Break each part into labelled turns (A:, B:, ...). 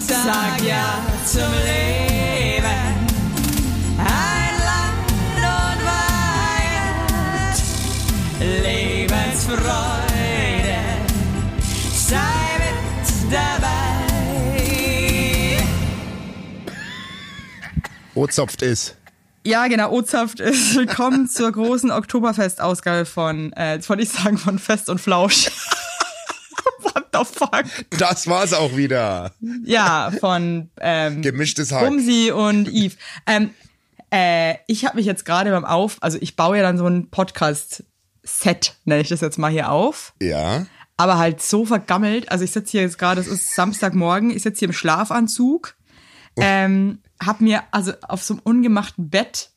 A: sag ja zum Leben. Ein Land und Weihend, Lebensfreude, sei mit dabei.
B: Rotzopft ist.
C: Ja, genau, Ozapft ist willkommen zur großen Oktoberfest-Ausgabe von, äh, jetzt wollte ich sagen, von Fest und Flausch. What the fuck?
B: Das war's auch wieder.
C: Ja, von ähm,
B: Gemischtes Hack.
C: Bumsi und Yves. Ähm, äh, ich habe mich jetzt gerade beim Auf, also ich baue ja dann so ein Podcast-Set, nenne ich das jetzt mal hier auf.
B: Ja.
C: aber halt so vergammelt. Also ich sitze hier jetzt gerade, es ist Samstagmorgen, ich sitze hier im Schlafanzug, ähm, hab mir also auf so einem ungemachten Bett,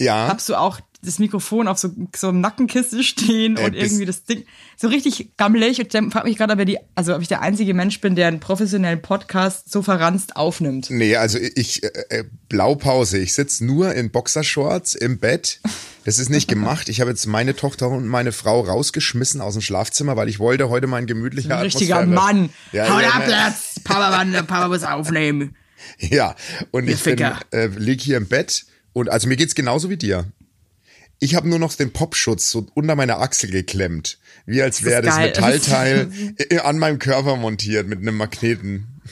B: Ja.
C: hab so auch das Mikrofon auf so, so einem Nackenkissen stehen
B: Äh,
C: und
B: bist-
C: irgendwie das Ding so richtig gammelig und dann frag mich gerade, ob, er die- also, ob ich der einzige Mensch bin, der einen professionellen Podcast so verranzt aufnimmt.
B: Nee, also ich, äh, äh, Blaupause. Ich sitze nur in Boxershorts im Bett. Das ist nicht gemacht. Ich habe jetzt meine Tochter und meine Frau rausgeschmissen aus dem Schlafzimmer, weil ich wollte heute mal in gemütlicher
C: Ein richtiger
B: Atmosphäre.
C: Mann.
B: Ja,
C: Haut
B: ja,
C: ab
B: ne.
C: jetzt! Papa, Mann, der Papa muss aufnehmen.
B: Ja, und ich bin,
C: Ficker.
B: äh, lieg hier im Bett und also mir geht's genauso wie dir. Ich habe nur noch den Popschutz so unter meine Achsel geklemmt, wie als
C: ist
B: wäre das
C: geil.
B: Metallteil äh, an meinem Körper montiert mit einem Magneten.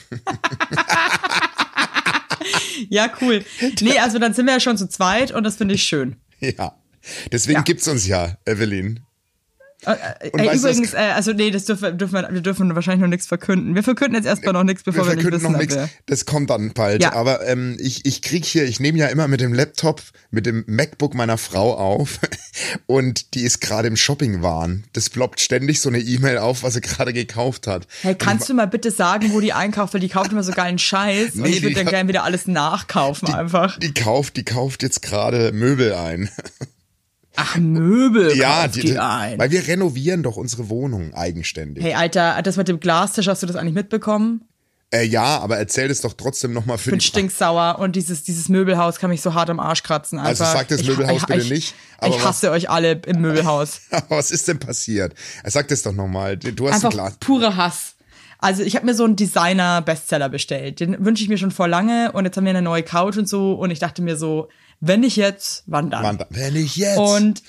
C: Ja, cool. Nee, also dann sind wir ja schon zu zweit und das finde ich schön.
B: Ja. Deswegen
C: Ja.
B: gibt's uns ja, Evelyn. Und
C: Ey,
B: weißt du, was-
C: übrigens, äh, also nee, das dürfen, dürfen wir, wir dürfen wahrscheinlich noch nichts verkünden. Wir verkünden jetzt erstmal noch nichts,
B: Wir
C: bevor wir, nicht
B: verkünden
C: wissen,
B: noch
C: ob
B: nichts.
C: wir.
B: Das kommt dann bald.
C: Ja.
B: Aber ähm, ich, ich krieg hier, ich nehme ja immer mit dem Laptop, mit dem MacBook meiner Frau auf und die ist gerade im Shopping-Wahn. Das ploppt ständig so eine E-Mail auf, was sie gerade gekauft hat.
C: Hey, kannst du mal bitte sagen, wo die einkauft? Weil die kauft immer so geilen Scheiß und
B: Nee,
C: ich würde
B: die-
C: dann gerne wieder alles nachkaufen einfach.
B: Die kauft, die kauft jetzt gerade Möbel ein.
C: Ach, Möbel
B: Ja,
C: kauft
B: die,
C: die,
B: die,
C: ein.
B: weil wir renovieren doch unsere Wohnung eigenständig.
C: Hey, Alter, das mit dem Glastisch, hast du das eigentlich mitbekommen?
B: Äh, ja, aber erzähl es doch trotzdem nochmal für
C: Bin
B: die
C: stinksauer und dieses, dieses Möbelhaus kann mich so hart am Arsch kratzen. Einfach.
B: Also sag das
C: Ich-
B: Möbelhaus
C: ich,
B: bitte
C: ich,
B: nicht, aber
C: Ich hasse euch alle im Möbelhaus.
B: Aber was ist denn passiert? Sag das doch nochmal. Du hast ein
C: einfach
B: Glas.
C: purer Hass. Also ich habe mir so einen Designer-Bestseller bestellt. Den wünsche ich mir schon vor lange und jetzt haben wir eine neue Couch und so und ich dachte mir so, wenn ich jetzt, wann dann?
B: Mann, Wenn ich jetzt.
C: Und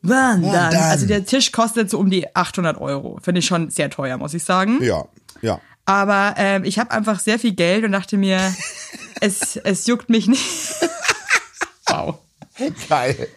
C: wann dann?
B: dann?
C: Also der Tisch kostet so um die 800 Euro. Finde ich schon sehr teuer, muss ich sagen.
B: ja, ja.
C: Aber ähm, ich habe einfach sehr viel Geld und dachte mir, es, es juckt mich nicht. wow.
B: Geil.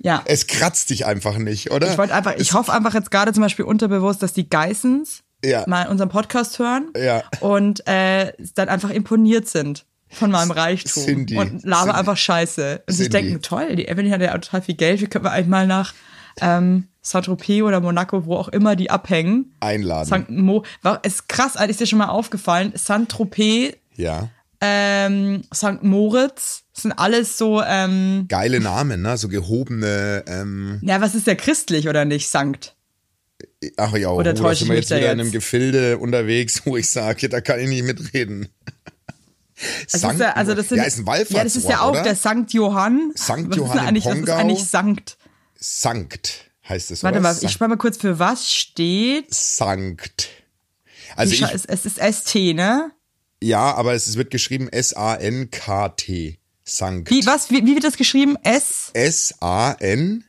C: Ja.
B: Es kratzt dich einfach nicht, oder?
C: Ich wollte einfach, ich hoffe einfach jetzt gerade zum Beispiel unterbewusst, dass die Geissens
B: Ja.
C: mal unseren Podcast hören
B: Ja.
C: und äh, dann einfach imponiert sind von meinem Reichtum
B: Cindy,
C: und laber
B: Cindy.
C: einfach Scheiße. Und sich
B: Cindy.
C: denken, toll, die Evelyn hat ja auch total viel Geld, wir können wir eigentlich mal nach ähm, Saint-Tropez oder Monaco, wo auch immer die abhängen.
B: Einladen.
C: St. Mo. War, ist krass, Alter, ist dir schon mal aufgefallen, Saint-Tropez,
B: ja.
C: ähm, St. Moritz, das sind alles so, ähm,
B: Geile Namen, ne? So gehobene, ähm,
C: ja, was ist der christlich oder nicht, Sankt?
B: ach ja,
C: Oder
B: oh, da
C: täusche
B: sind wir
C: ich mich
B: jetzt
C: da
B: wieder in einem
C: jetzt?
B: Gefilde unterwegs, wo ich sage, da kann ich nicht mitreden.
C: Das ist ja, also das sind,
B: ja, ist ein Wallfahrtsort,
C: Ja, das ist ja auch
B: oder?
C: der Sankt Johann.
B: Sankt
C: was
B: Johann
C: ist
B: im
C: denn eigentlich, was ist
B: Pongau?
C: eigentlich Sankt?
B: Sankt heißt es,
C: Warte
B: oder?
C: mal,
B: Sankt.
C: ich spreche mal kurz, für was steht?
B: Sankt. Also
C: Scha-
B: ich,
C: es, es ist ST, ne?
B: ja, aber es wird geschrieben S-A-N-K-T. Sankt.
C: Wie, was, wie, wie wird das geschrieben? S?
B: S-A-N-K-T.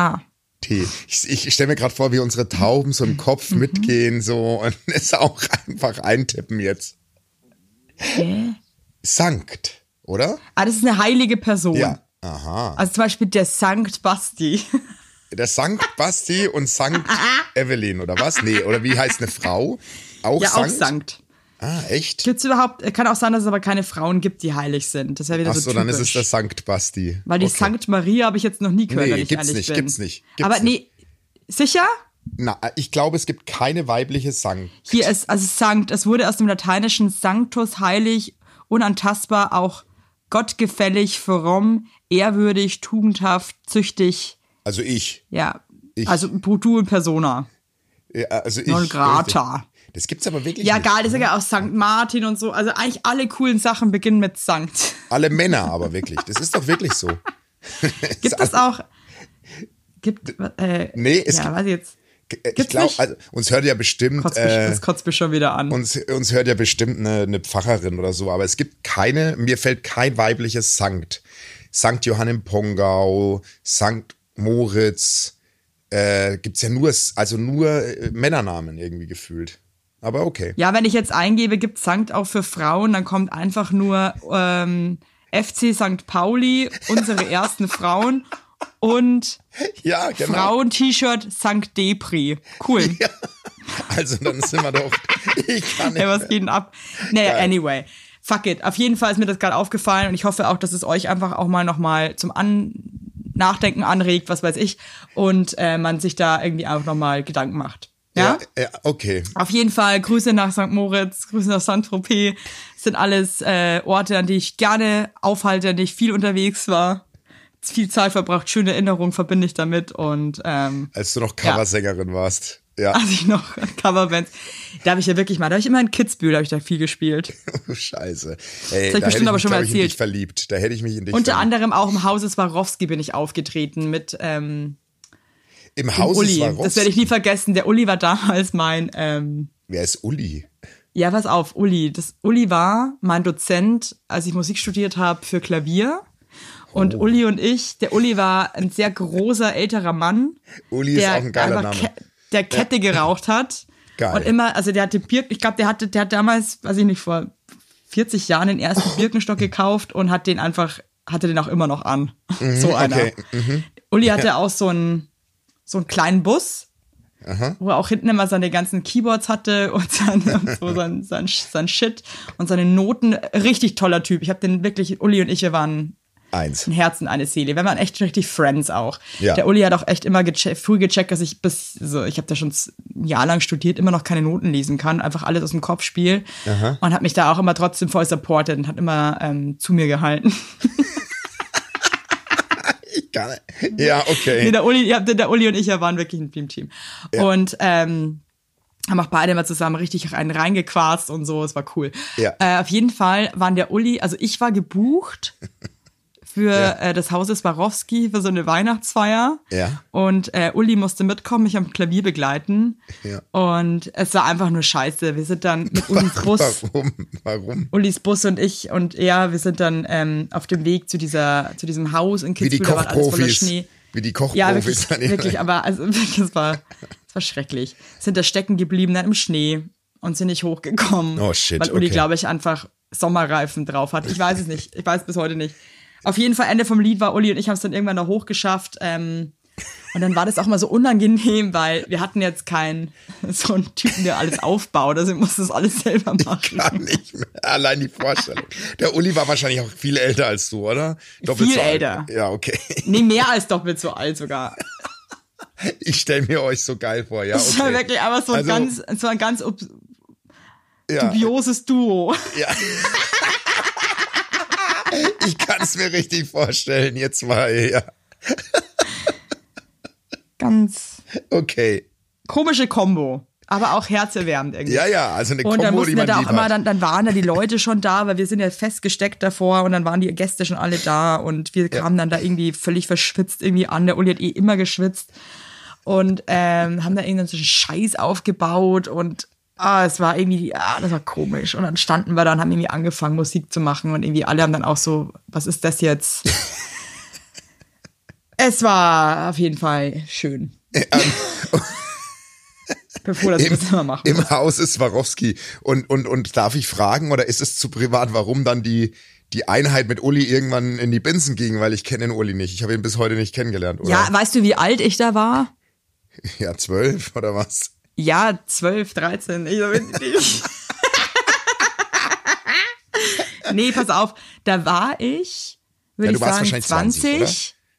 C: Ah. Mhm.
B: Ich, ich stelle mir gerade vor, wie unsere Tauben so im Kopf mitgehen so und es auch einfach eintippen jetzt. Sankt, oder?
C: Ah, das ist eine heilige Person.
B: Ja. Aha.
C: Also zum Beispiel der Sankt Basti.
B: Der Sankt Basti und Sankt Evelyn, oder was? Nee, oder wie heißt eine Frau? Auch
C: ja, auch
B: Sankt?
C: Sankt.
B: Ah, echt?
C: Gibt's überhaupt, kann auch sein, dass es aber keine Frauen gibt, die heilig sind. Das wäre wieder
B: Ach
C: so
B: so,
C: also typisch.
B: dann ist es der Sankt Basti.
C: Weil die
B: Okay.
C: Sankt Maria habe ich jetzt noch nie gehört,
B: Nee,
C: wenn ich
B: gibt's
C: ehrlich
B: nicht,
C: bin.
B: gibt's nicht, gibt's
C: aber nee, sicher?
B: Na, ich glaube, es gibt keine weibliche Sankt.
C: Hier ist also Sankt, es wurde aus dem Lateinischen Sanctus heilig, unantastbar, auch gottgefällig, fromm, ehrwürdig, tugendhaft, züchtig.
B: Also ich.
C: Ja,
B: Ich-
C: also Brutu und Persona.
B: Ja, Also ich.
C: Non grata.
B: Das gibt's aber wirklich
C: Ja,
B: nicht.
C: geil, das ist ja auch Sankt Martin und so. Also eigentlich alle coolen Sachen beginnen mit Sankt.
B: Alle Männer aber wirklich. Das ist doch wirklich so.
C: Gibt es auch. Gibt. Äh,
B: Nee, es
C: ja,
B: gibt-
C: weiß ich jetzt.
B: ich
C: Gibt's
B: glaube,
C: nicht?
B: also, uns hört ja bestimmt.
C: Kotzt mich,
B: äh,
C: das kotzt mich schon wieder an.
B: uns, uns hört ja bestimmt eine, eine Pfarrerin oder so, aber es gibt keine, mir fällt kein weibliches Sankt. Sankt Johann im Pongau, Sankt Moritz, äh, gibt's ja nur, also nur äh, Männernamen irgendwie gefühlt. Aber okay.
C: Ja, wenn ich jetzt eingebe, gibt Sankt auch für Frauen, dann kommt einfach nur ähm, FC St. Pauli, unsere ersten Frauen und
B: Ja, genau.
C: Frauen-T-Shirt St. Depri. Cool.
B: Ja. Also dann sind wir doch. Ich kann
C: Ey,
B: nicht.
C: was geht denn ab? Naja,
B: Geil.
C: anyway. Fuck it. Auf jeden Fall ist mir das gerade aufgefallen und ich hoffe auch, dass es euch einfach auch mal nochmal zum An Nachdenken anregt, was weiß ich, und äh, man sich da irgendwie einfach nochmal Gedanken macht. Ja?
B: Äh, okay.
C: Auf jeden Fall Grüße nach St. Moritz, Grüße nach Saint-Tropez. Das sind alles äh, Orte, an die ich gerne aufhalte, an die ich viel unterwegs war, viel Zeit verbracht, schöne Erinnerungen verbinde ich damit und ähm,
B: Als du noch Coversängerin warst. Ja.
C: als ich noch Coverbands, da habe ich ja wirklich mal, da habe ich immer in Kitzbühel, da habe ich da viel gespielt.
B: Oh, Scheiße. Ey,
C: Das hab ich
B: da hätte ich
C: bestimmt aber
B: mich,
C: schon mal
B: glaub ich, in dich
C: erzählt.
B: verliebt. Da hätte ich mich in dich
C: Unter
B: verliebt.
C: anderem auch im Hause Swarovski bin ich aufgetreten mit ähm,
B: Im Haus
C: Uli.
B: Swarovski.
C: Das werde ich nie vergessen. Der Uli war damals mein ähm,
B: Wer ist Uli?
C: Ja, pass auf, Uli. Das, Uli war mein Dozent, als ich Musik studiert habe für Klavier.
B: Oh.
C: Und Uli und ich, der Uli war ein sehr großer älterer Mann.
B: Uli ist auch ein geiler
C: einfach
B: Name.
C: Ke der Kette geraucht hat.
B: Geil.
C: Und immer, also der hatte Birken, ich glaube, der hatte, der hat damals, weiß ich nicht, vor 40 Jahren den ersten Birkenstock gekauft und hat den einfach, hatte den auch immer noch an.
B: Mhm.
C: so einer.
B: okay. mhm.
C: Uli hatte auch so einen, so einen kleinen Bus, wo er auch hinten immer seine ganzen Keyboards hatte und, seine, und so sein, sein, sein Shit und seine Noten. Richtig toller Typ. Ich habe den wirklich, Uli und ich, wir waren
B: Eins.
C: ein Herz und eine Seele. Wir waren echt richtig Friends auch.
B: Ja.
C: Der Uli hat auch echt immer geche- früh gecheckt, dass ich bis, so, ich habe da schon z- ein Jahr lang studiert, immer noch keine Noten lesen kann, einfach alles aus dem Kopf spiel und hat mich da auch immer trotzdem voll supportet und hat immer ähm, zu mir gehalten.
B: Ich kann nicht. Ja, okay.
C: Nee, der Uli, ihr habt- der Uli und ich ja waren wirklich ein Team-Team. Und ähm, haben auch beide mal zusammen richtig einen reingequarzt und so, es war cool.
B: Ja.
C: Äh, auf jeden Fall waren der Uli, also ich war gebucht für
B: Ja.
C: äh, das Haus Swarovski für so eine Weihnachtsfeier.
B: Ja.
C: Und äh, Uli musste mitkommen, mich am Klavier begleiten.
B: Ja.
C: Und es war einfach nur scheiße. Wir sind dann mit Ulis Bus.
B: Warum? Warum?
C: Ulis Bus und ich und er, wir sind dann ähm, auf dem Weg zu dieser, zu diesem Haus in
B: Wie die
C: Kitzbühel, da war alles voller
B: Kochprofis.
C: Schnee.
B: Wie die
C: Ja,
B: Kochprofis.
C: wirklich, wirklich aber also wirklich, es war, es war schrecklich. Sind da stecken geblieben dann im Schnee und sind nicht hochgekommen.
B: Oh, shit,
C: Weil Uli,
B: okay.
C: glaube ich, einfach Sommerreifen drauf hat. Ich weiß es nicht. Ich weiß bis heute nicht. Auf jeden Fall, Ende vom Lied war Uli und ich haben es dann irgendwann noch hochgeschafft. Ähm, und dann war das auch mal so unangenehm, weil wir hatten jetzt keinen so einen Typen, der alles aufbaut. Also wir mussten das alles selber machen.
B: Gar nicht mehr. Allein die Vorstellung. Der Uli war wahrscheinlich auch viel älter als du, oder? Doppelt
C: Viel
B: so alt.
C: älter.
B: Ja, okay.
C: Nee, mehr als doppelt so alt sogar.
B: Ich stelle mir euch so geil vor. Ja, okay.
C: Das war wirklich einfach so ein
B: Also,
C: ganz, so ein ganz obs-
B: ja,
C: dubioses Duo.
B: ja. Ich kann es mir richtig vorstellen. Jetzt mal, ja.
C: Ganz
B: Okay.
C: komische Kombo, aber auch herzerwärmend irgendwie.
B: Ja, ja, also eine
C: Und dann
B: Kombo,
C: mussten
B: die
C: wir
B: man
C: da auch
B: lieb
C: immer,
B: hat.
C: dann, dann waren da die Leute schon da, weil wir sind ja festgesteckt davor und dann waren die Gäste schon alle da und wir kamen dann da irgendwie völlig verschwitzt irgendwie an. Der Uli hat eh immer geschwitzt und ähm, haben da irgendeinen so einen Scheiß aufgebaut und ah, es war irgendwie, ah, das war komisch. Und dann standen wir da und haben irgendwie angefangen, Musik zu machen und irgendwie alle haben dann auch so, was ist das jetzt? es war auf jeden Fall schön. Bevor das jetzt immer machen.
B: ähm, Im Haus ist Swarovski. Und, und, und darf ich fragen, oder ist es zu privat, warum dann die, die Einheit mit Uli irgendwann in die Binsen ging? Weil ich kenne den Uli nicht. Ich habe ihn bis heute nicht kennengelernt, oder?
C: Ja, weißt du, wie alt ich da war?
B: Ja, zwölf oder was?
C: Ja, 12, 13. Ich damit nicht. nee, pass auf, da war ich,
B: Ja,
C: würde
B: du
C: ich
B: warst
C: sagen,
B: wahrscheinlich 20,
C: 20.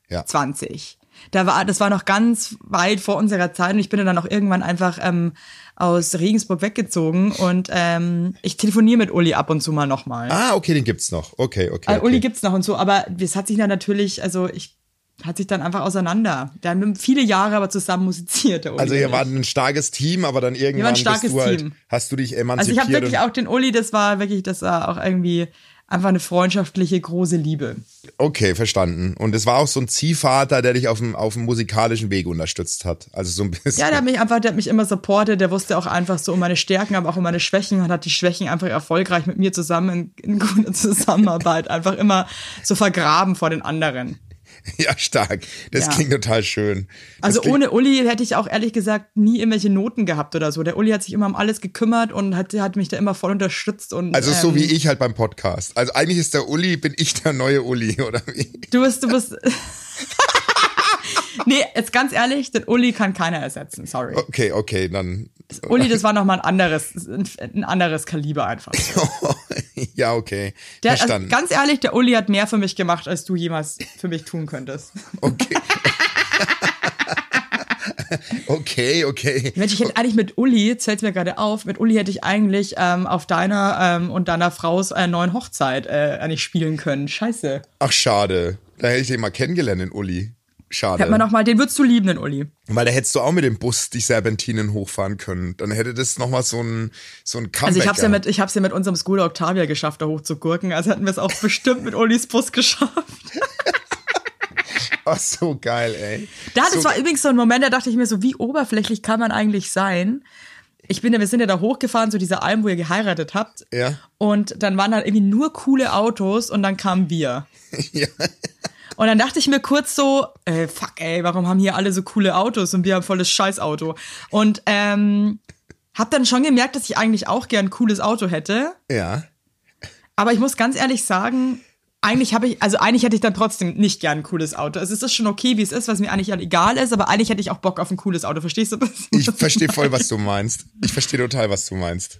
B: oder? Ja.
C: 20. Da war, das war noch ganz weit vor unserer Zeit und ich bin dann auch irgendwann einfach ähm, aus Regensburg weggezogen und ähm, ich telefoniere mit Uli ab und zu mal nochmal.
B: Ah, okay, den gibt's noch. Okay, okay.
C: Äh, Uli
B: okay.
C: gibt's noch und so, aber es hat sich dann natürlich, also ich hat sich dann einfach auseinander. Wir haben viele Jahre aber zusammen musiziert. der Uli
B: Also ihr
C: und ich.
B: wart ein starkes Team, aber dann irgendwann
C: starkes
B: bist du halt,
C: Team.
B: hast du dich
C: Also
B: emanzipiert.
C: ich habe wirklich
B: und-
C: auch den Uli, das war wirklich, das war auch irgendwie einfach eine freundschaftliche, große Liebe.
B: Okay, verstanden. Und es war auch so ein Ziehvater, der dich auf dem, auf dem musikalischen Weg unterstützt hat. Also so ein bisschen.
C: Ja, der hat mich einfach, der hat mich immer supportet, der wusste auch einfach so um meine Stärken, aber auch um meine Schwächen und hat die Schwächen einfach erfolgreich mit mir zusammen in, in guter Zusammenarbeit einfach immer so vergraben vor den anderen.
B: Ja, stark. Das
C: Ja.
B: klingt total schön. Das
C: Also
B: klingt,
C: ohne Uli hätte ich auch ehrlich gesagt nie irgendwelche Noten gehabt oder so. Der Uli hat sich immer um alles gekümmert und hat, hat mich da immer voll unterstützt. Und,
B: Also so
C: ähm,
B: wie ich halt beim Podcast. Also eigentlich ist der Uli, bin ich der neue Uli, oder wie?
C: Du bist, du bist. nee, jetzt ganz ehrlich, den Uli kann keiner ersetzen, sorry.
B: Okay, okay, dann.
C: Uli, das war nochmal ein anderes, ein anderes Kaliber einfach.
B: ja, okay.
C: Der, also
B: verstanden.
C: ganz ehrlich, der Uli hat mehr für mich gemacht, als du jemals für mich tun könntest.
B: okay. okay, okay.
C: Mensch, ich hätte eigentlich mit Uli, jetzt fällt's mir gerade auf, mit Uli hätte ich eigentlich ähm, auf deiner ähm, und deiner Fraus äh, neuen Hochzeit äh, eigentlich spielen können. Scheiße.
B: Ach, schade. Da hätte ich den mal kennengelernt, den Uli. Schade.
C: Hätte man noch mal, den würdest du lieben, den Uli.
B: Weil da hättest du auch mit dem Bus die Serpentinen hochfahren können. Dann hätte das nochmal so ein, so ein Comeback
C: Also ich hab's ja
B: gehabt.
C: mit, ich hab's ja mit unserem Scooter Octavia geschafft, da hochzugurken. Also hätten wir es auch bestimmt mit Ulis Bus geschafft.
B: Ach, so geil, ey.
C: Da, das
B: so,
C: war übrigens so ein Moment, da dachte ich mir so, wie oberflächlich kann man eigentlich sein? Ich bin ja, wir sind ja da hochgefahren zu dieser Alm, wo ihr geheiratet habt.
B: Ja.
C: Und dann waren da irgendwie nur coole Autos und dann kamen wir.
B: Ja.
C: Und dann dachte ich mir kurz so, äh, fuck ey, warum haben hier alle so coole Autos und wir haben volles Scheißauto? Und ähm, hab dann schon gemerkt, dass ich eigentlich auch gern ein cooles Auto hätte.
B: Ja.
C: Aber ich muss ganz ehrlich sagen, eigentlich habe ich, also eigentlich hätte ich dann trotzdem nicht gern ein cooles Auto.
D: Also
C: Es ist schon okay, wie es ist, was mir eigentlich egal ist, aber eigentlich hätte ich auch Bock auf ein cooles Auto. Verstehst du das?
B: Ich verstehe voll, was du meinst. Ich verstehe total, was du meinst.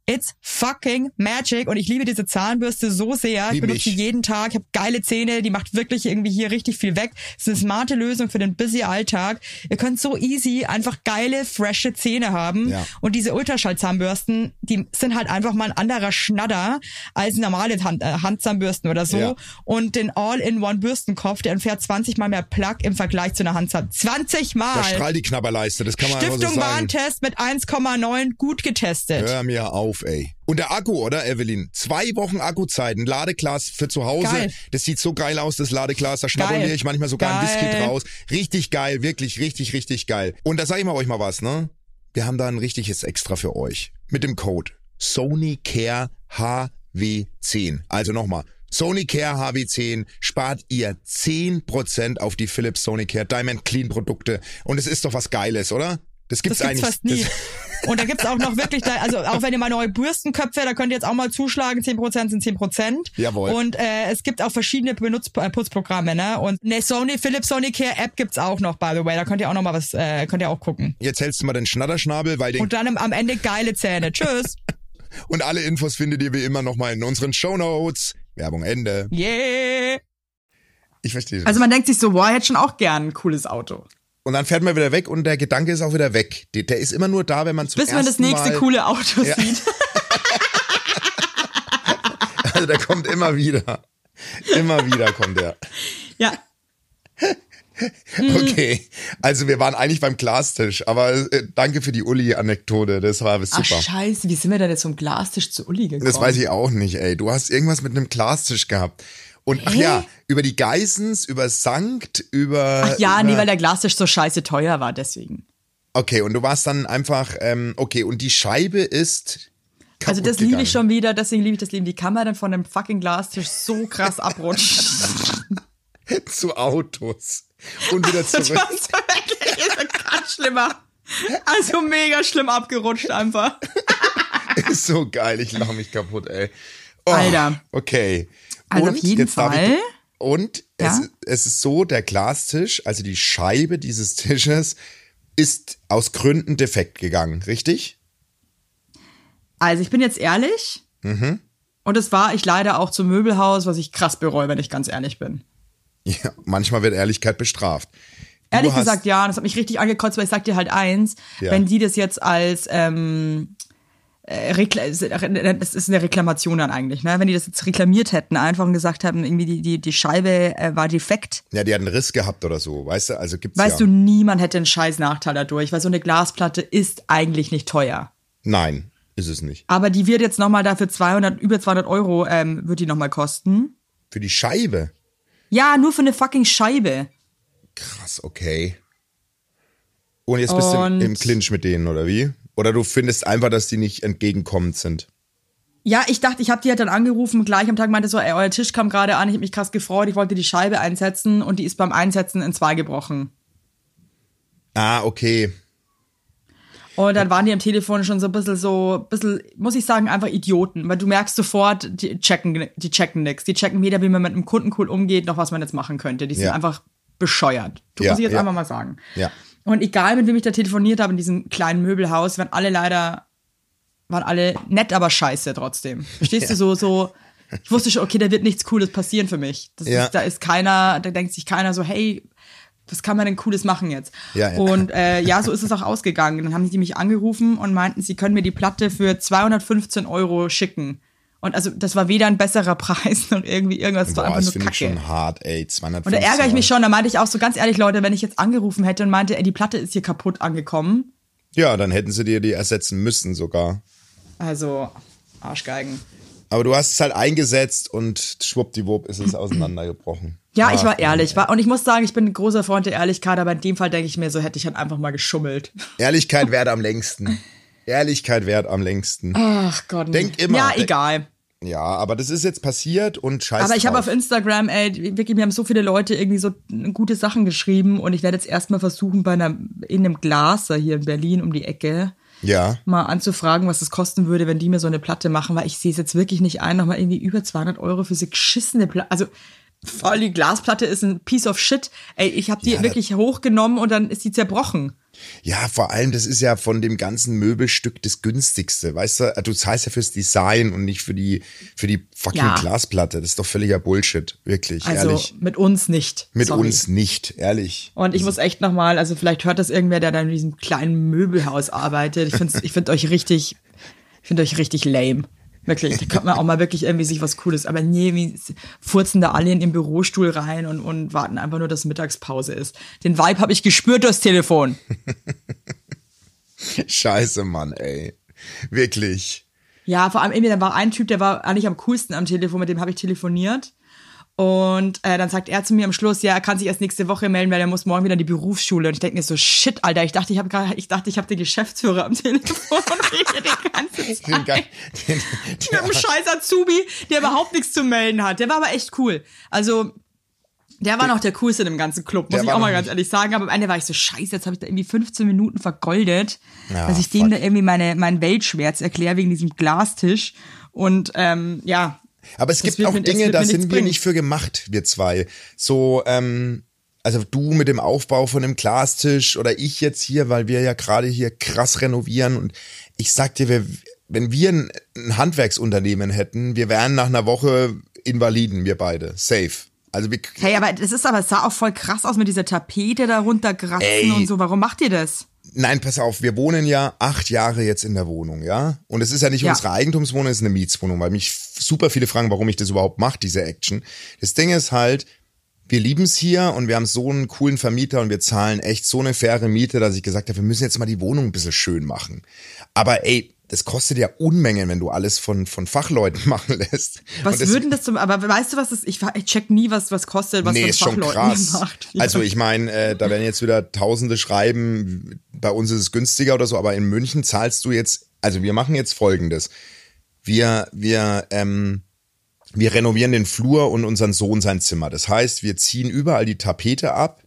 D: It's fucking magic und ich liebe diese Zahnbürste so sehr.
B: Wie
D: ich benutze
B: mich.
D: die jeden Tag, ich habe geile Zähne, die macht wirklich irgendwie hier richtig viel weg. Es ist eine smarte Lösung für den busy Alltag. Ihr könnt so easy einfach geile, frische Zähne haben.
B: Ja.
D: Und diese Ultraschallzahnbürsten, die sind halt einfach mal ein anderer Schnadder als normale Hand, äh, Handzahnbürsten oder so.
B: Ja.
D: Und den All-in-One-Bürstenkopf, der entfährt 20 mal mehr Plug im Vergleich zu einer Handzahn. 20
B: Da
D: mal!
B: strahlt die Knabberleiste, das kann man einfach
D: Stiftung
B: so sagen.
D: Warentest mit 1,9 gut getestet.
B: Hör mir auf, ey. Und der Akku, oder, Evelyn? Zwei Wochen Akkuzeiten, Ladeglas für zu Hause.
D: Geil.
B: Das sieht so geil aus, das Ladeglas. Da schnabuliere
D: Geil.
B: ich manchmal sogar ein Whisky
D: Geil.
B: draus. Richtig geil, wirklich, richtig, richtig geil. Und da sage ich mal euch mal was, ne? Wir haben da ein richtiges Extra für euch. Mit dem Code SonyCare HW10. Also nochmal. SonyCare HW10 spart ihr 10% auf die Philips SonyCare Diamond Clean Produkte. Und es ist doch was Geiles, oder? Das gibt's,
D: Das gibt's
B: eigentlich
D: fast nie.
B: das-
D: Und da gibt's auch noch wirklich, da, also auch wenn ihr mal neue Bürstenköpfe, da könnt ihr jetzt auch mal zuschlagen, 10% sind 10%.
B: Jawohl.
D: Und äh, es gibt auch verschiedene Benutz äh, Putzprogramme, ne? Und ne Sony, Philips Sonicare App gibt's auch noch, by the way. Da könnt ihr auch noch mal was, äh, könnt ihr auch gucken.
B: Jetzt hältst du mal den Schnatterschnabel, weil den
D: Und dann am- am Ende geile Zähne. Tschüss.
B: Und alle Infos findet ihr wie immer nochmal in unseren Shownotes. Werbung Ende.
D: Yeah.
B: Ich verstehe.
C: Also man denkt sich so, wow, ich hätte schon auch gern ein cooles Auto.
B: und dann fährt man wieder weg und der Gedanke ist auch wieder weg. Der, der ist immer nur da, wenn man zum
C: Bis man das
B: ersten
C: nächste
B: Mal,
C: coole Auto
B: Ja.
C: sieht.
B: Also der kommt immer wieder. Immer wieder kommt er.
C: Ja.
B: Okay. Also wir waren eigentlich beim Glastisch, aber äh, danke für die Uli-Anekdote. Das war
C: Ach
B: super.
C: scheiße, wie sind wir denn jetzt vom Glastisch zu Uli gekommen?
B: Das weiß ich auch nicht, ey. Du hast irgendwas mit einem Glastisch gehabt. Und ach
C: Hä?
B: ja, über die Geissens, über Sankt, über.
C: Ach ja,
B: über,
C: nee, weil der Glastisch so scheiße teuer war, deswegen.
B: Okay, und du warst dann einfach, ähm, okay, und die Scheibe ist.
C: Also
B: kaputt
C: das liebe
B: gegangen.
C: ich schon wieder, deswegen liebe ich das Leben, die Kamera dann von einem fucking Glastisch so krass abrutscht.
B: zu Autos und wieder
C: Das war
B: zurück.
C: so wirklich ist ein ganz schlimmer. Also mega schlimm abgerutscht einfach.
B: ist so geil, ich lache mich kaputt, ey. Oh,
C: Alter.
B: Okay.
C: Also auf jeden
B: darf
C: Fall.
B: und
C: Ja?
B: es, es ist so, der Glastisch, also die Scheibe dieses Tisches, ist aus Gründen defekt gegangen, richtig?
C: Also ich bin jetzt ehrlich.
B: Mhm.
C: Und es war ich leider auch zum Möbelhaus, was ich krass bereue, wenn ich ganz ehrlich bin.
B: Ja, manchmal wird Ehrlichkeit bestraft. Du
C: Ehrlich
B: hast-
C: gesagt, ja, das hat mich richtig angekotzt, weil ich sag dir halt eins,
B: Ja.
C: wenn die das jetzt als ähm, äh, Rekla es ist eine Reklamation dann eigentlich, ne? Wenn die das jetzt reklamiert hätten, einfach und gesagt haben, irgendwie die, die, die Scheibe äh, war defekt,
B: Ja, die hat einen Riss gehabt oder so, weißt du? Also gibt's
C: weißt
B: ja.
C: du, niemand hätte einen scheiß Nachteil dadurch, weil so eine Glasplatte ist eigentlich nicht teuer.
B: Nein, ist es nicht.
C: Aber die wird jetzt nochmal dafür 200, über 200 Euro, ähm, wird die nochmal kosten.
B: Für die Scheibe.
C: Ja, nur für eine fucking Scheibe.
B: Krass, okay. Und jetzt bist du im,
C: Und-
B: im Clinch mit denen, oder wie? Oder du findest einfach, dass die nicht entgegenkommend sind.
C: Ja, ich dachte, ich hab die halt dann angerufen, gleich am Tag meinte so, ey, euer Tisch kam gerade an, ich hab mich krass gefreut, ich wollte die Scheibe einsetzen und die ist beim Einsetzen in zwei gebrochen.
B: Ah, okay.
C: Und dann waren die am Telefon schon so ein bisschen so, bisschen, muss ich sagen, einfach Idioten, weil du merkst sofort, die checken, die checken nix. Die checken weder, wie man mit einem Kunden cool umgeht, noch was man jetzt machen könnte. Die sind
B: Ja.
C: einfach bescheuert. Du
B: Ja,
C: musst ich jetzt
B: ja.
C: einfach mal sagen.
B: Ja.
C: Und egal, mit wem ich da telefoniert habe in diesem kleinen Möbelhaus, waren alle leider, waren alle nett, aber scheiße trotzdem. Verstehst du so, so, ich wusste schon, okay, da wird nichts Cooles passieren für mich. Das
B: Ja.
C: ist, da ist keiner, da denkt sich keiner so, hey, was kann man denn Cooles machen jetzt?
B: Ja, ja.
C: Und äh, ja, so ist es auch ausgegangen. Dann haben die mich angerufen und meinten, sie können mir die Platte für 215 Euro schicken. Und also das war weder ein besserer Preis noch irgendwie irgendwas, es war
B: Boah, das
C: einfach nur
B: finde ich
C: Kacke.
B: schon hart, ey. 250
C: Und da ärgere ich mich
B: Euro.
C: schon, da meinte ich auch so ganz ehrlich, Leute, wenn ich jetzt angerufen hätte und meinte, ey, die Platte ist hier kaputt angekommen.
B: Ja, dann hätten sie dir die ersetzen müssen sogar.
C: Also, Arschgeigen.
B: Aber du hast es halt eingesetzt und schwuppdiwupp ist es auseinandergebrochen.
C: Ja, ich
B: Ah,
C: war ehrlich. War, und ich muss sagen, ich bin ein großer Freund der Ehrlichkeit, aber in dem Fall denke ich mir, so hätte ich halt einfach mal geschummelt.
B: Ehrlichkeit wert am längsten. Ehrlichkeit wert am längsten.
C: Ach Gott.
B: Denk immer.
C: Ja,
B: Denk-
C: egal.
B: Ja, aber das ist jetzt passiert und scheiße.
C: Aber ich habe auf Instagram, ey, wirklich, mir haben so viele Leute irgendwie so gute Sachen geschrieben und ich werde jetzt erstmal versuchen, bei einer, in einem Glaser hier in Berlin um die Ecke
B: Ja.
C: mal anzufragen, was es kosten würde, wenn die mir so eine Platte machen, weil ich sehe es jetzt wirklich nicht ein, nochmal irgendwie über 200 Euro für diese geschissene Platte. Also, vor allem die Glasplatte ist ein Piece of Shit. Ey, ich habe die
B: Ja,
C: wirklich hochgenommen und dann ist die zerbrochen.
B: Ja, vor allem, das ist ja von dem ganzen Möbelstück das günstigste. Weißt du, du zahlst ja fürs Design und nicht für die, für die fucking
C: Ja.
B: Glasplatte. Das ist doch völliger Bullshit. Wirklich,
C: Also,
B: ehrlich.
C: mit uns nicht.
B: Mit
C: Sorry.
B: uns nicht, ehrlich.
C: Und ich muss echt nochmal, also vielleicht hört das irgendwer, der da in diesem kleinen Möbelhaus arbeitet. Ich finde ich find euch richtig, ich finde euch richtig lame. Wirklich, da könnte man auch mal wirklich irgendwie sich was Cooles. Aber nee, wie s- furzen da alle in den Bürostuhl rein und, und warten einfach nur, dass Mittagspause ist. Den Vibe habe ich gespürt durchs Telefon.
B: Scheiße, Mann, ey. Wirklich.
C: Ja, vor allem irgendwie, da war ein Typ, der war eigentlich am coolsten am Telefon, mit dem habe ich telefoniert. Und äh, dann sagt er zu mir am Schluss, ja, er kann sich erst nächste Woche melden, weil er muss morgen wieder in die Berufsschule. Und ich denke mir so, shit, Alter, ich dachte, ich habe gerade, ich dachte, ich habe den Geschäftsführer am Telefon und ich hier die ganze Zeit
B: Den, Ge- den,
C: mit einem scheiß Azubi, der überhaupt nichts zu melden hat. Der war aber echt cool. Also, der war noch der coolste in dem ganzen Club,
B: Der
C: muss ich
B: war
C: auch mal
B: noch
C: ganz ehrlich sagen. Aber am Ende war ich so, scheiße, jetzt habe ich da irgendwie 15 Minuten vergoldet,
B: Ja,
C: dass ich dem
B: fuck.
C: da irgendwie meine, meinen Weltschmerz erkläre wegen diesem Glastisch. Und ähm, ja.
B: Aber es
C: Das
B: gibt
C: wird
B: auch
C: mir- das
B: Dinge,
C: wird
B: da
C: mir nichts
B: sind wir
C: bringen.
B: nicht für gemacht, wir zwei. So, ähm, also du mit dem Aufbau von einem Glastisch oder ich jetzt hier, weil wir ja gerade hier krass renovieren und ich sag dir, wir, wenn wir ein, ein Handwerksunternehmen hätten, wir wären nach einer Woche Invaliden, wir beide. Safe. Also wir,
C: Hey, aber es ist aber, es sah auch voll krass aus mit dieser Tapete da runterkratzen
B: Ey.
C: und so. Warum macht ihr das?
B: Nein, pass auf, wir wohnen ja acht Jahre jetzt in der Wohnung, ja? Und es ist ja nicht
C: Ja.
B: unsere Eigentumswohnung, es ist eine Mietswohnung, weil mich f- super viele fragen, warum ich das überhaupt mache, diese Action. Das Ding ist halt, wir lieben es hier und wir haben so einen coolen Vermieter und wir zahlen echt so eine faire Miete, dass ich gesagt habe, wir müssen jetzt mal die Wohnung ein bisschen schön machen. Aber ey, das kostet ja Unmengen, wenn du alles von, von Fachleuten machen lässt.
C: Was
B: Und das-
C: würden das zum, aber weißt du, was das, ich, ich check nie, was, was kostet, was
B: nee,
C: man
B: ist schon
C: Fachleuten
B: krass.
C: macht.
B: Also ich meine, äh, da werden jetzt wieder Tausende schreiben, bei uns ist es günstiger oder so, aber in München zahlst du jetzt, also wir machen jetzt folgendes. Wir, wir, ähm, wir renovieren den Flur und unseren Sohn sein Zimmer. Das heißt, wir ziehen überall die Tapete ab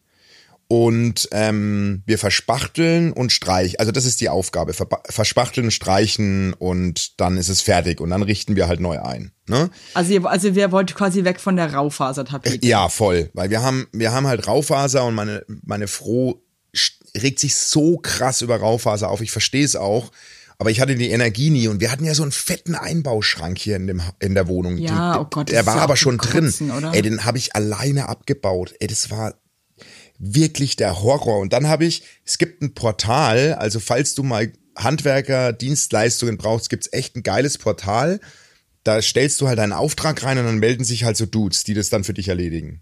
B: und ähm, wir verspachteln und streichen. Also das ist die Aufgabe. Verba- Verspachteln, streichen und dann ist es fertig und dann richten wir halt neu ein. Ne?
C: also, ihr, also wir wollten quasi weg von der Raufasertapete.
B: Ja, voll. Weil wir haben, wir haben halt Raufaser und meine, meine Froh sch- regt sich so krass über Raufaser auf. Ich verstehe es auch. Aber ich hatte die Energie nie und wir hatten ja so einen fetten Einbauschrank hier in, dem, Ha- in der Wohnung.
C: Ja,
B: Den-
C: oh Gott, das
B: Der
C: ist
B: war
C: ja
B: aber
C: auch
B: schon
C: zum
B: drin.
C: Kotzen, oder?
B: Ey, den habe ich alleine abgebaut. Ey, das war wirklich der Horror. Und dann habe ich, es gibt ein Portal, also falls du mal Handwerker Dienstleistungen brauchst, gibt's echt ein geiles Portal. Da stellst du halt einen Auftrag rein und dann melden sich halt so Dudes, die das dann für dich erledigen.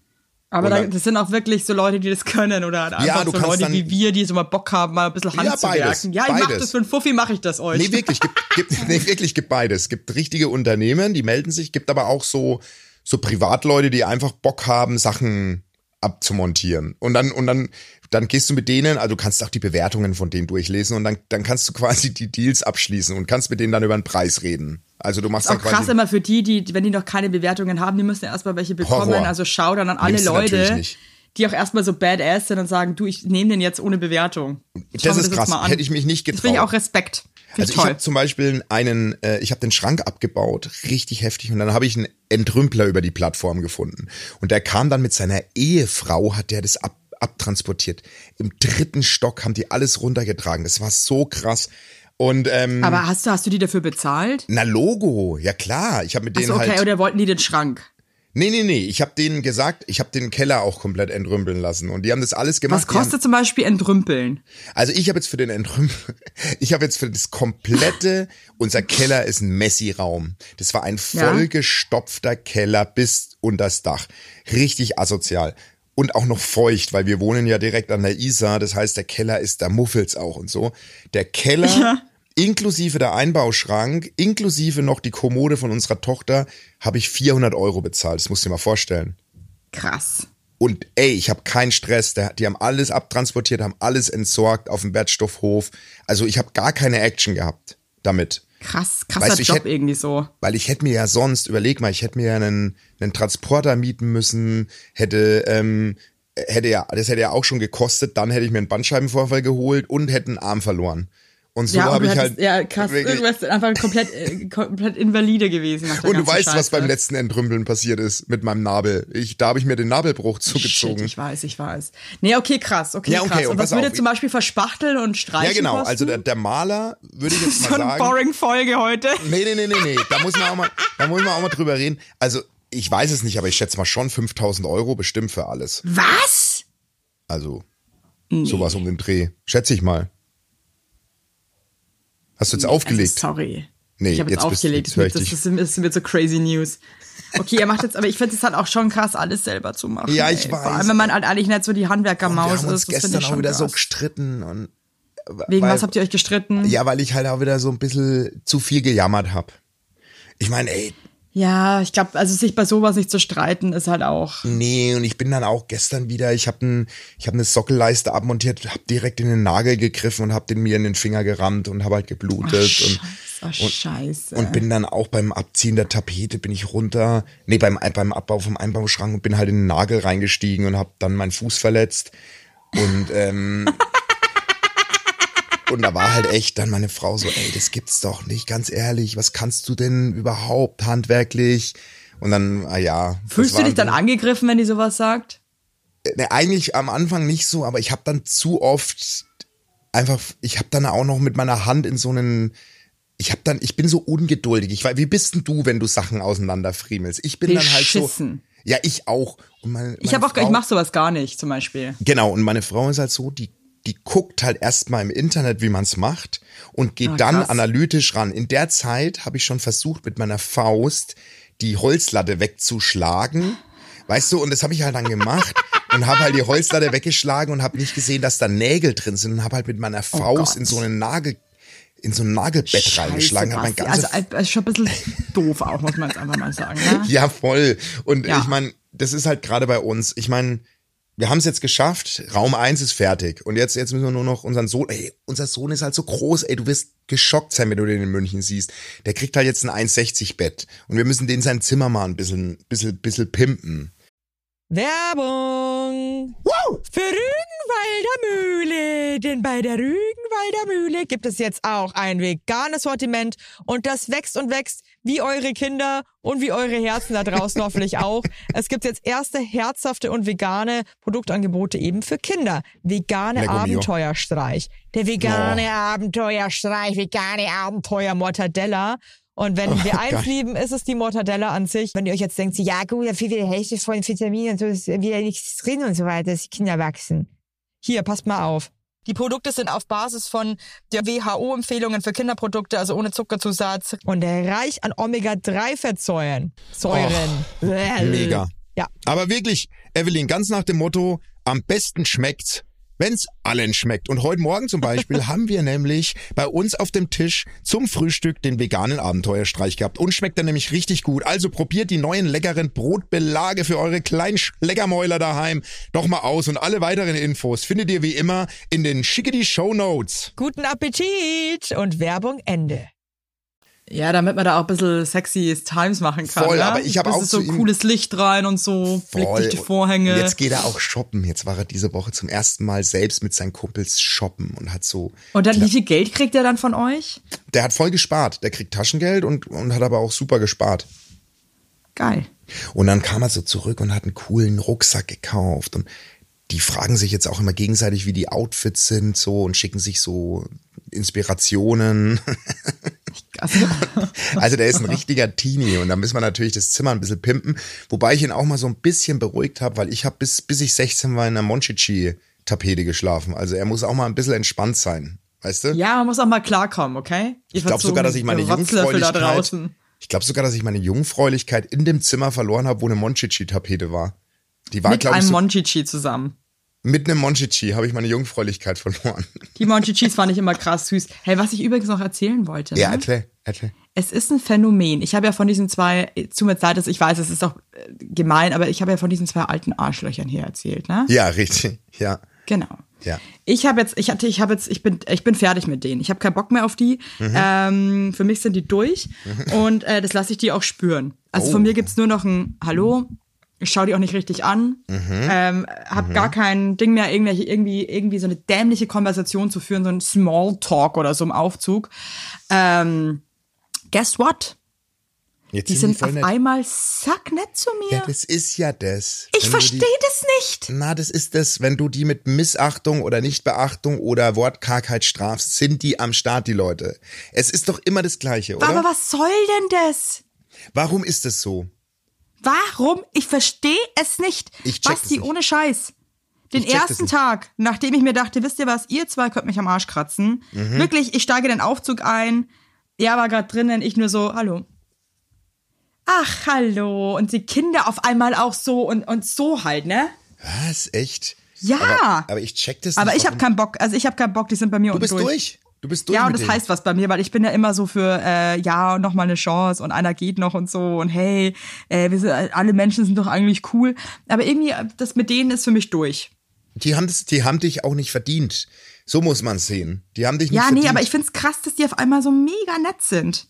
C: Aber
B: Und
C: da,
B: dann-
C: das sind auch wirklich so Leute, die das können oder halt einfach
B: du
C: so
B: kannst
C: Leute
B: dann-
C: wie wir, die so mal Bock haben, mal ein bisschen Hand
B: Ja,
C: zu
B: beides,
C: werken. Ja, ich mach
B: beides.
C: das für einen Fuffi, mache ich das euch.
B: Nee, wirklich, gibt, gibt, nee, wirklich, gibt beides. Gibt richtige Unternehmen, die melden sich, gibt aber auch so, so Privatleute, die einfach Bock haben, Sachen abzumontieren. Und dann, und dann, dann gehst du mit denen, also du kannst auch die Bewertungen von denen durchlesen und dann, dann kannst du quasi die Deals abschließen und kannst mit denen dann über den Preis reden. Also du machst
C: Ist auch
B: dann
C: krass
B: quasi.
C: immer für die, die, wenn die noch keine Bewertungen haben, die müssen ja erstmal welche bekommen.
B: Horror.
C: Also schau dann an alle
B: Nimmst du natürlich
C: Leute,
B: nicht.
C: die auch erstmal so badass sind und sagen, du, ich nehme den jetzt ohne Bewertung. Ich schau
B: Das
C: mir
B: ist
C: jetzt
B: krass.
C: mal an.
B: Hätte ich mich nicht
C: Das finde ich
B: getraut.
C: auch Respekt. Finde
B: Also
C: ich
B: ich
C: toll.
B: habe zum Beispiel einen, äh, ich habe den Schrank abgebaut, richtig heftig, und dann habe ich einen Entrümpler über die Plattform gefunden. Und der kam dann mit seiner Ehefrau, hat der das ab, abtransportiert. Im dritten Stock haben die alles runtergetragen. Das war so krass. Und ähm,
C: Aber hast du, hast du die dafür bezahlt?
B: na Logo, ja klar, ich habe mit denen
C: Achso, okay,
B: halt.
C: oder wollten die den Schrank?
B: Nee, nee, nee, ich habe denen gesagt, ich habe den Keller auch komplett entrümpeln lassen und die haben das alles gemacht.
C: Was
B: Die haben-
C: kostet zum Beispiel Entrümpeln?
B: Also ich habe jetzt für den Entrümpel, ich habe jetzt für das komplette, unser Keller ist ein Messi-Raum. Das war ein
C: Ja.
B: vollgestopfter Keller bis unter das Dach. Richtig asozial. Und auch noch feucht, weil wir wohnen ja direkt an der Isar. Das heißt, der Keller ist, da muffelt's auch und so. Der Keller, inklusive der Einbauschrank, inklusive noch die Kommode von unserer Tochter, habe ich 400 Euro bezahlt. Das musst du dir mal vorstellen.
C: Krass.
B: Und ey, ich habe keinen Stress. Der, die haben alles abtransportiert, haben alles entsorgt auf dem Wertstoffhof. Also ich habe gar keine Action gehabt damit.
C: Krass, krasser
B: Weißt du, ich
C: Job
B: hätt-
C: irgendwie so.
B: Weil ich hätte mir ja sonst, überleg mal, ich hätte mir ja einen, einen Transporter mieten müssen, hätte, ähm, hätte ja, das hätte ja auch schon gekostet, dann hätte ich mir einen Bandscheibenvorfall geholt und hätte einen Arm verloren. Und so
C: ja, und
B: habe
C: du
B: ich
C: hättest-
B: halt.
C: ja, krass,
B: wirklich-
C: irgendwas ist einfach komplett, äh, komplett invalide gewesen. nach der
B: und du
C: ganzen
B: weißt, was
C: Scheiße.
B: beim letzten Entrümpeln passiert ist mit meinem Nabel. Ich, da habe ich mir den Nabelbruch zugezogen.
C: Shit, ich weiß, ich weiß. Nee, okay, krass, okay,
B: Ja, okay,
C: krass.
B: und
C: Und was
B: pass
C: würde
B: auf,
C: zum Beispiel verspachteln und streichen
B: ja, genau.
C: kosten?
B: Also der, der Maler würde ich jetzt mal
C: so eine
B: sagen.
C: boring Folge heute.
B: Nee, nee, nee, nee, nee. Da muss man auch mal, da muss man auch mal drüber reden. Also, ich weiß es nicht, aber ich schätze mal schon 5000 Euro bestimmt für alles.
C: Was?
B: Also, sowas um den Dreh. Schätze ich mal. Hast du jetzt
C: Also,
B: aufgelegt?
C: sorry.
B: Nee,
C: ich habe jetzt
B: jetzt bist-
C: aufgelegt.
B: jetzt hör ich
C: das,
B: dich.
C: ist, das ist mir so crazy News. Okay, er macht jetzt, aber ich finde es halt auch schon krass, alles selber zu machen.
B: Ja, ich
C: ey.
B: weiß.
C: Vor allem, wenn man halt eigentlich nicht so die
B: wir
C: Handwerkermaus
B: haben uns
C: ist. Das finde
B: gestern
C: ich
B: auch
C: schon
B: wieder so
C: krass.
B: gestritten und.
C: Wegen
B: weil-
C: was habt ihr euch gestritten?
B: Ja, weil ich halt auch wieder so ein bisschen zu viel gejammert habe. Ich meine, ey,
C: Ja, ich glaube, also sich bei sowas nicht zu streiten, ist halt auch.
B: Nee, und ich bin dann auch gestern wieder, ich habe ein, ich hab eine Sockelleiste abmontiert, habe direkt in den Nagel gegriffen und habe den mir in den Finger gerammt und habe halt geblutet. und,
C: Scheiße, oh, scheiße.
B: und bin dann auch beim Abziehen der Tapete bin ich runter, nee, beim, beim Abbau vom Einbauschrank und bin halt in den Nagel reingestiegen und habe dann meinen Fuß verletzt. Und, ähm, und da war halt echt dann meine Frau so, ey, das gibt's doch nicht, ganz ehrlich, was kannst du denn überhaupt handwerklich? Und dann, ah ja. das
C: Fühlst du
B: war-
C: dich dann angegriffen, wenn die sowas sagt?
B: ne, eigentlich am Anfang nicht so, aber ich habe dann zu oft einfach, ich habe dann auch noch mit meiner Hand in so einen, ich habe dann, ich bin so ungeduldig. Ich weiß, wie bist denn du, wenn du Sachen auseinanderfriemelst? Ich bin dann halt
C: Beschissen.
B: so. Ja, ich auch. Und meine,
C: Ich habe auch,
B: Frau,
C: ich mache sowas gar nicht, zum Beispiel.
B: Genau, und meine Frau ist halt so, die, die guckt halt erstmal im Internet, wie man es macht und geht
C: Ah,
B: dann
C: krass.
B: analytisch ran. In der Zeit habe ich schon versucht, mit meiner Faust die Holzlatte wegzuschlagen. Weißt du, und das habe ich halt dann gemacht und habe halt die Holzlatte weggeschlagen und habe nicht gesehen, dass da Nägel drin sind und habe halt mit meiner Faust
C: Oh Gott.
B: in so einen Nagel in so ein Nagelbett reingeschlagen, habe mein
C: Basti.
B: ganzes
C: also, also schon ein bisschen doof auch, muss man jetzt einfach mal sagen. Ne?
B: ja, voll. Und
C: Ja.
B: ich meine, das ist halt gerade bei uns. Ich meine, wir haben es jetzt geschafft. Raum 1 ist fertig. Und jetzt, jetzt müssen wir nur noch unseren Sohn. Ey, unser Sohn ist halt so groß. Ey, du wirst geschockt sein, wenn du den in München siehst. Der kriegt halt jetzt ein 1,60-Bett. Und wir müssen den sein Zimmer mal ein bisschen, bisschen, bisschen pimpen.
D: Werbung! Wow! Für Rügenwalder Mühle! Denn bei der Rügenwalder Mühle gibt es jetzt auch ein veganes Sortiment und das wächst und wächst wie eure Kinder und wie eure Herzen da draußen hoffentlich auch. Es gibt jetzt erste herzhafte und vegane Produktangebote eben für Kinder. Vegane
B: Lego Mio.
D: Abenteuerstreich. Der vegane Abenteuerstreich, vegane Abenteuer Mortadella. Und wenn wir eins
B: geil.
D: lieben, ist es die Mortadella an sich. Wenn ihr euch jetzt denkt, so, ja gut, da fehlt wieder die Hälfte von Vitaminen und so, ist wieder nichts drin und so weiter, dass die Kinder wachsen. Hier, passt mal auf. Die Produkte sind auf Basis von der WHO-Empfehlungen für Kinderprodukte, also ohne Zuckerzusatz und reich an Omega-3-Fettsäuren. Säuren.
C: Äh,
D: Bläh.
B: Mega.
D: Ja,
B: Aber wirklich, Evelyn, ganz nach dem Motto, am besten schmeckt's, wenn's allen schmeckt. Und heute Morgen zum Beispiel haben wir nämlich bei uns auf dem Tisch zum Frühstück den veganen Abenteuerstreich gehabt. Und schmeckt er nämlich richtig gut. Also probiert die neuen leckeren Brotbelage für eure kleinen Schleckermäuler daheim doch mal aus. Und alle weiteren Infos findet ihr wie immer in den Schickety Show Notes.
D: guten Appetit und Werbung Ende.
C: Ja, damit man da auch ein bisschen sexy Times machen kann.
B: Voll,
C: ja?
B: aber ich hab
C: Bisschen
B: auch
C: so
B: zu ihm-
C: cooles Licht rein und so, blickt durch die Vorhänge.
B: Und jetzt geht er auch shoppen. Jetzt war er diese Woche zum ersten Mal selbst mit seinen Kumpels shoppen und hat so
C: und dann, wie viel Geld kriegt er dann von euch?
B: Der hat voll gespart. Der kriegt Taschengeld und, und hat aber auch super gespart.
C: Geil.
B: Und dann kam er so zurück und hat einen coolen Rucksack gekauft. Und die fragen sich jetzt auch immer gegenseitig, wie die Outfits sind, so und schicken sich so Inspirationen.
C: Also,
B: Also der ist ein richtiger Teenie und da müssen wir natürlich das Zimmer ein bisschen pimpen. Wobei ich ihn auch mal so ein bisschen beruhigt habe, weil ich habe bis, bis ich 16 war in einer Monchichi-Tapete geschlafen. Also er muss auch mal ein bisschen entspannt sein, weißt du?
C: ja, man muss auch mal klarkommen, okay? Ihr
B: Ich glaube sogar, dass ich meine
C: da
B: Jungfräulichkeit.
C: draußen.
B: Ich glaube sogar, dass ich meine Jungfräulichkeit in dem Zimmer verloren habe, wo eine Monchichi-Tapete war. Die war,
C: Mit
B: glaube Ah, ich,
C: einem
B: so,
C: Monchichi zusammen.
B: mit einem Monchichi habe ich meine Jungfräulichkeit verloren.
C: Die Monchichis fand ich immer krass süß. Hey, was ich übrigens noch erzählen wollte.
B: Ja,
C: ne?
B: erzähl, erzähl.
C: Es ist ein Phänomen. Ich habe ja von diesen zwei, zu mir Zeit ist, ich weiß, es ist auch äh, gemein, aber ich habe ja von diesen zwei alten Arschlöchern hier erzählt, ne?
B: Ja, richtig. Ja.
C: Genau.
B: Ja.
C: Ich habe jetzt, ich hatte, ich habe jetzt, ich bin, ich bin fertig mit denen. Ich habe keinen Bock mehr auf die.
B: Mhm.
C: Ähm, für mich sind die durch und äh, das lasse ich die auch spüren. Also
B: Oh.
C: von mir gibt's nur noch ein Hallo. Ich schaue die auch nicht richtig an.
B: Mhm.
C: Ähm, hab gar kein Ding mehr, irgendwelche, irgendwie, irgendwie so eine dämliche Konversation zu führen, so ein Smalltalk oder so im Aufzug. Ähm, guess what?
B: Jetzt
C: Die sind
B: voll
C: auf
B: nett.
C: einmal sacknett zu mir.
B: Ja, das ist ja das.
C: ich
B: Wenn du die-
C: verstehe das nicht.
B: Na, das ist das, wenn du die mit Missachtung oder Nichtbeachtung oder Wortkargheit strafst, sind die am Start, die Leute. Es ist doch immer das Gleiche, oder?
C: Aber was soll denn das?
B: Warum ist das so?
C: Warum? Ich verstehe es nicht.
B: Ich check
C: Basti,
B: das nicht.
C: ohne Scheiß. Den
B: Ich check das
C: ersten
B: nicht.
C: Tag, nachdem ich mir dachte, wisst ihr was, ihr zwei könnt mich am Arsch kratzen.
B: Mhm.
C: Wirklich, ich steige in den Aufzug ein. Er war gerade drinnen, ich nur so, hallo. Ach, hallo. Und die Kinder auf einmal auch so und, und so halt, ne?
B: Was? Echt?
C: Ja.
B: Aber, aber ich check das
C: Aber
B: nicht,
C: ich habe
B: warum-
C: keinen Bock. Also ich habe keinen Bock, die sind bei mir
B: Du bist durch. Du bist durch.
C: Ja, und
B: mit
C: das
B: denen.
C: heißt was bei mir, weil ich bin ja immer so für, äh, ja, nochmal eine Chance und einer geht noch und so und hey, äh, wir sind, alle Menschen sind doch eigentlich cool. Aber irgendwie, äh, das mit denen ist für mich durch.
B: Die haben, das, die haben dich auch nicht verdient. So muss man sehen. Die haben dich nicht
C: Ja,
B: verdient.
C: nee, aber ich find's krass, dass die auf einmal so mega nett sind.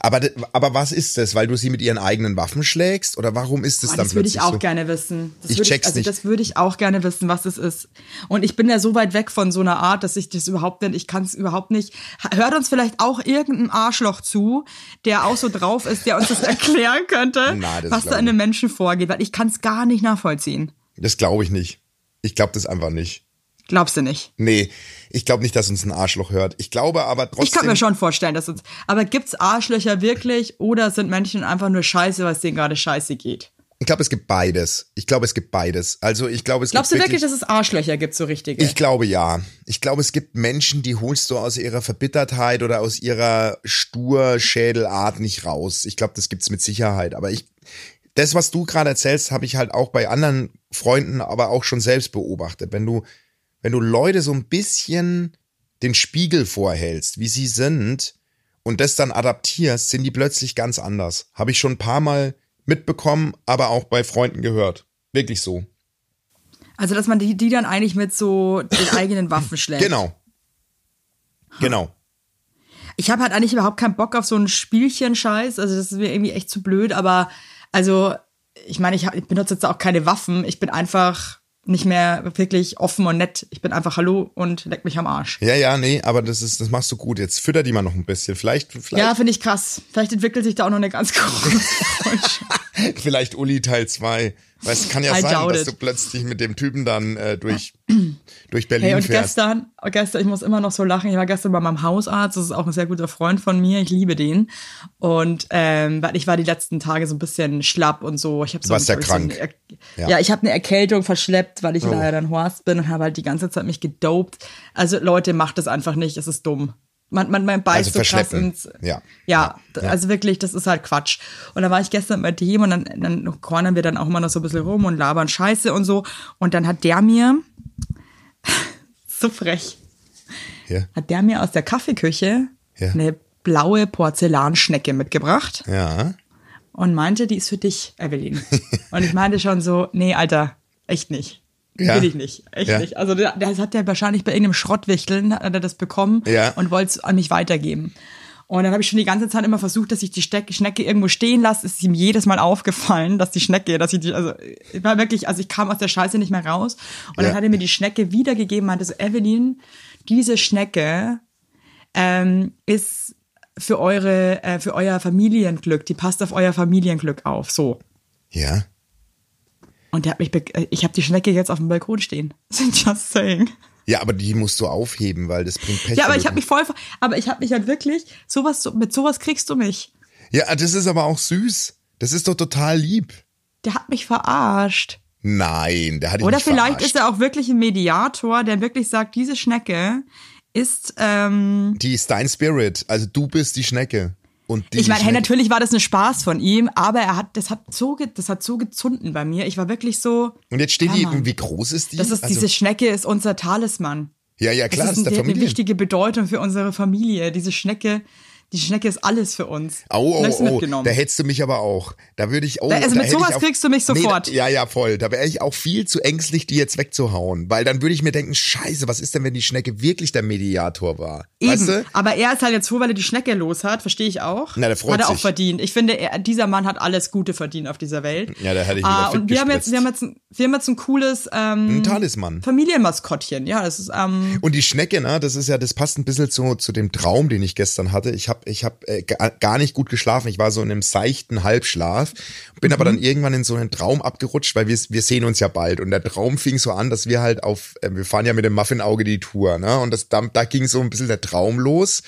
B: aber, d- aber was ist das? Weil du sie mit ihren eigenen Waffen schlägst? Oder warum ist das
C: Boah,
B: dann
C: das würde
B: plötzlich
C: ich auch
B: so?
C: gerne wissen. Das
B: Ich
C: würde
B: check's
C: ich, also
B: nicht.
C: Das würde ich auch gerne wissen, was es ist. Und ich bin ja so weit weg von so einer Art, dass ich das überhaupt nicht, ich kann es überhaupt nicht. Hört uns vielleicht auch irgendein Arschloch zu, der auch so drauf ist, der uns das erklären könnte,
B: Na, das
C: was
B: glaub
C: da
B: ich
C: in den
B: nicht.
C: Menschen vorgeht, weil ich kann es gar nicht nachvollziehen.
B: Das glaube ich nicht. Ich glaube das einfach nicht.
C: Glaubst du nicht?
B: Nee, ich glaube nicht, dass uns ein Arschloch hört. Ich glaube aber trotzdem.
C: Ich kann mir schon vorstellen, dass uns. Aber gibt's Arschlöcher wirklich oder sind Menschen einfach nur scheiße, weil es denen gerade scheiße geht?
B: Ich glaube, es gibt beides. Ich glaube, es gibt beides. Also ich glaube, es
C: Glaubst du
B: gibt
C: wirklich, dass es Arschlöcher gibt, so richtige?
B: Ich glaube ja. Ich glaube, es gibt Menschen, die holst du aus ihrer Verbittertheit oder aus ihrer Sturschädelart nicht raus. Ich glaube, das gibt's mit Sicherheit. Aber ich, das, was du gerade erzählst, habe ich halt auch bei anderen Freunden, aber auch schon selbst beobachtet. Wenn du, wenn du Leute so ein bisschen den Spiegel vorhältst, wie sie sind, und das dann adaptierst, sind die plötzlich ganz anders. Habe ich schon ein paar Mal mitbekommen, aber auch bei Freunden gehört. Wirklich so.
C: Also, dass man die, die dann eigentlich mit so den eigenen Waffen schlägt.
B: Genau. Genau.
C: Ich habe halt eigentlich überhaupt keinen Bock auf so ein Spielchen-Scheiß. Also, das ist mir irgendwie echt zu blöd. Aber, also, ich meine, ich, hab- ich benutze jetzt auch keine Waffen. Ich bin einfach nicht mehr wirklich offen und nett. Ich bin einfach Hallo und leck mich am Arsch.
B: Ja, ja, nee, aber das ist, das machst du gut. Jetzt fütter die mal noch ein bisschen. Vielleicht,
C: Ja,
B: vielleicht,
C: finde ich krass. Vielleicht entwickelt sich da auch noch eine ganz große Freundschaft.
B: vielleicht Uli Teil 2. Weil es kann ja
C: I
B: sein,
C: doubt
B: dass
C: it.
B: du plötzlich mit dem Typen dann äh, durch, durch Berlin
C: Hey, und
B: fährst.
C: gestern, oh, gestern, ich muss immer noch so lachen, ich war gestern bei meinem Hausarzt, das ist auch ein sehr guter Freund von mir, ich liebe den. Und ähm, weil ich war die letzten Tage so ein bisschen schlapp und so. Ich hab so
B: warst ja
C: so
B: krank.
C: eine Er-
B: Ja. Oh.
C: ja. ich habe eine Erkältung verschleppt, weil ich leider dann Horst bin und habe halt die ganze Zeit mich gedopt. Also Leute, macht das einfach nicht, es ist dumm. Man, man, man beißt
B: Also
C: so krass
B: verschleppen.
C: ins...
B: Ja.
C: Ja,
B: Ja.
C: d- also wirklich, das ist halt Quatsch. Und da war ich gestern bei dem und dann, dann cornern wir dann auch immer noch so ein bisschen rum und labern Scheiße und so. Und dann hat der mir, so frech,
B: Hier.
C: hat der mir aus der Kaffeeküche
B: Ja.
C: eine blaue Porzellanschnecke mitgebracht
B: Ja.
C: und meinte, die ist für dich, Evelyn. und ich meinte schon so, nee, Alter, echt nicht.
B: Ja.
C: Will ich nicht, echt
B: Ja.
C: nicht. Also da- das hat der wahrscheinlich bei irgendeinem Schrottwichteln, hat er das bekommen
B: Ja.
C: und wollte es an mich weitergeben. Und dann habe ich schon die ganze Zeit immer versucht, dass ich die Steck Schnecke irgendwo stehen lasse. Ist ihm jedes Mal aufgefallen, dass die Schnecke, dass ich die, also ich war wirklich, also ich kam aus der Scheiße nicht mehr raus. Und
B: Ja.
C: dann hat er mir die Schnecke wiedergegeben, meinte so, Evelyn, diese Schnecke ähm, ist für eure, äh, für euer Familienglück. Die passt auf euer Familienglück auf. So.
B: Ja.
C: Und der hat mich, be- äh, ich habe die Schnecke jetzt auf dem Balkon stehen. Just saying.
B: Ja, aber die musst du aufheben, weil das bringt Pech.
C: Ja, aber
B: mit.
C: ich habe mich voll, ver- aber ich habe mich halt wirklich sowas so- mit sowas kriegst du mich.
B: Ja, das ist aber auch süß. Das ist doch total lieb.
C: Der hat mich verarscht.
B: Nein, der hat dich
C: Oder
B: nicht
C: vielleicht
B: verarscht.
C: ist er auch wirklich ein Mediator, der wirklich sagt, diese Schnecke ist. Ähm,
B: Die ist dein Spirit. Also du bist die Schnecke. Und die
C: ich meine, hey,
B: Schnecke-
C: natürlich war das ein Spaß von ihm, aber er hat, das hat so, ge- das hat so gezunden bei mir. Ich war wirklich so.
B: Und jetzt steht
C: Ja,
B: die,
C: Mann.
B: wie groß ist die?
C: Das ist
B: Also-
C: diese Schnecke ist unser Talisman.
B: Ja, ja, klar,
C: das
B: ist
C: ist eine,
B: der
C: die hat eine
B: Familien-
C: wichtige Bedeutung für unsere Familie. Diese Schnecke, die Schnecke ist alles für uns.
B: Au,
C: Und dann ist sie
B: au, au,
C: mitgenommen.
B: da hättest du mich aber auch. Da würde ich auch.
C: Da- also mit sowas
B: ich auch,
C: kriegst du mich sofort.
B: Nee, da, ja, ja, voll. Da wäre ich auch viel zu ängstlich, die jetzt wegzuhauen. Weil dann würde ich mir denken, scheiße, was ist denn, wenn die Schnecke wirklich der Mediator war?
C: Eben.
B: Weißt du?
C: Aber er ist halt jetzt froh, weil er die Schnecke los hat, verstehe ich auch.
B: Na, der freut
C: hat er
B: sich.
C: auch verdient. Ich finde, er, dieser Mann hat alles Gute verdient auf dieser Welt.
B: Ja, da hätte ich ihn
C: ah,
B: wieder
C: Und wir haben, jetzt,
B: gespritzt. Hm?
C: wir, haben jetzt ein, wir haben jetzt ein cooles ähm,
B: Ein Talisman.
C: Familienmaskottchen. Ja, das ist ähm,
B: Und die Schnecke, ne, das ist ja, das passt ein bisschen zu, zu dem Traum, den ich gestern hatte. Ich habe ich hab, äh, ga- gar nicht gut geschlafen. Ich war so in einem seichten Halbschlaf, bin aber dann irgendwann in so einen Traum abgerutscht, weil wir, wir sehen uns ja bald. Und der Traum fing so an, dass wir halt auf, äh, wir fahren ja mit dem Muffinauge die Tour, ne? Und das, da, da ging so ein bisschen der Traum los.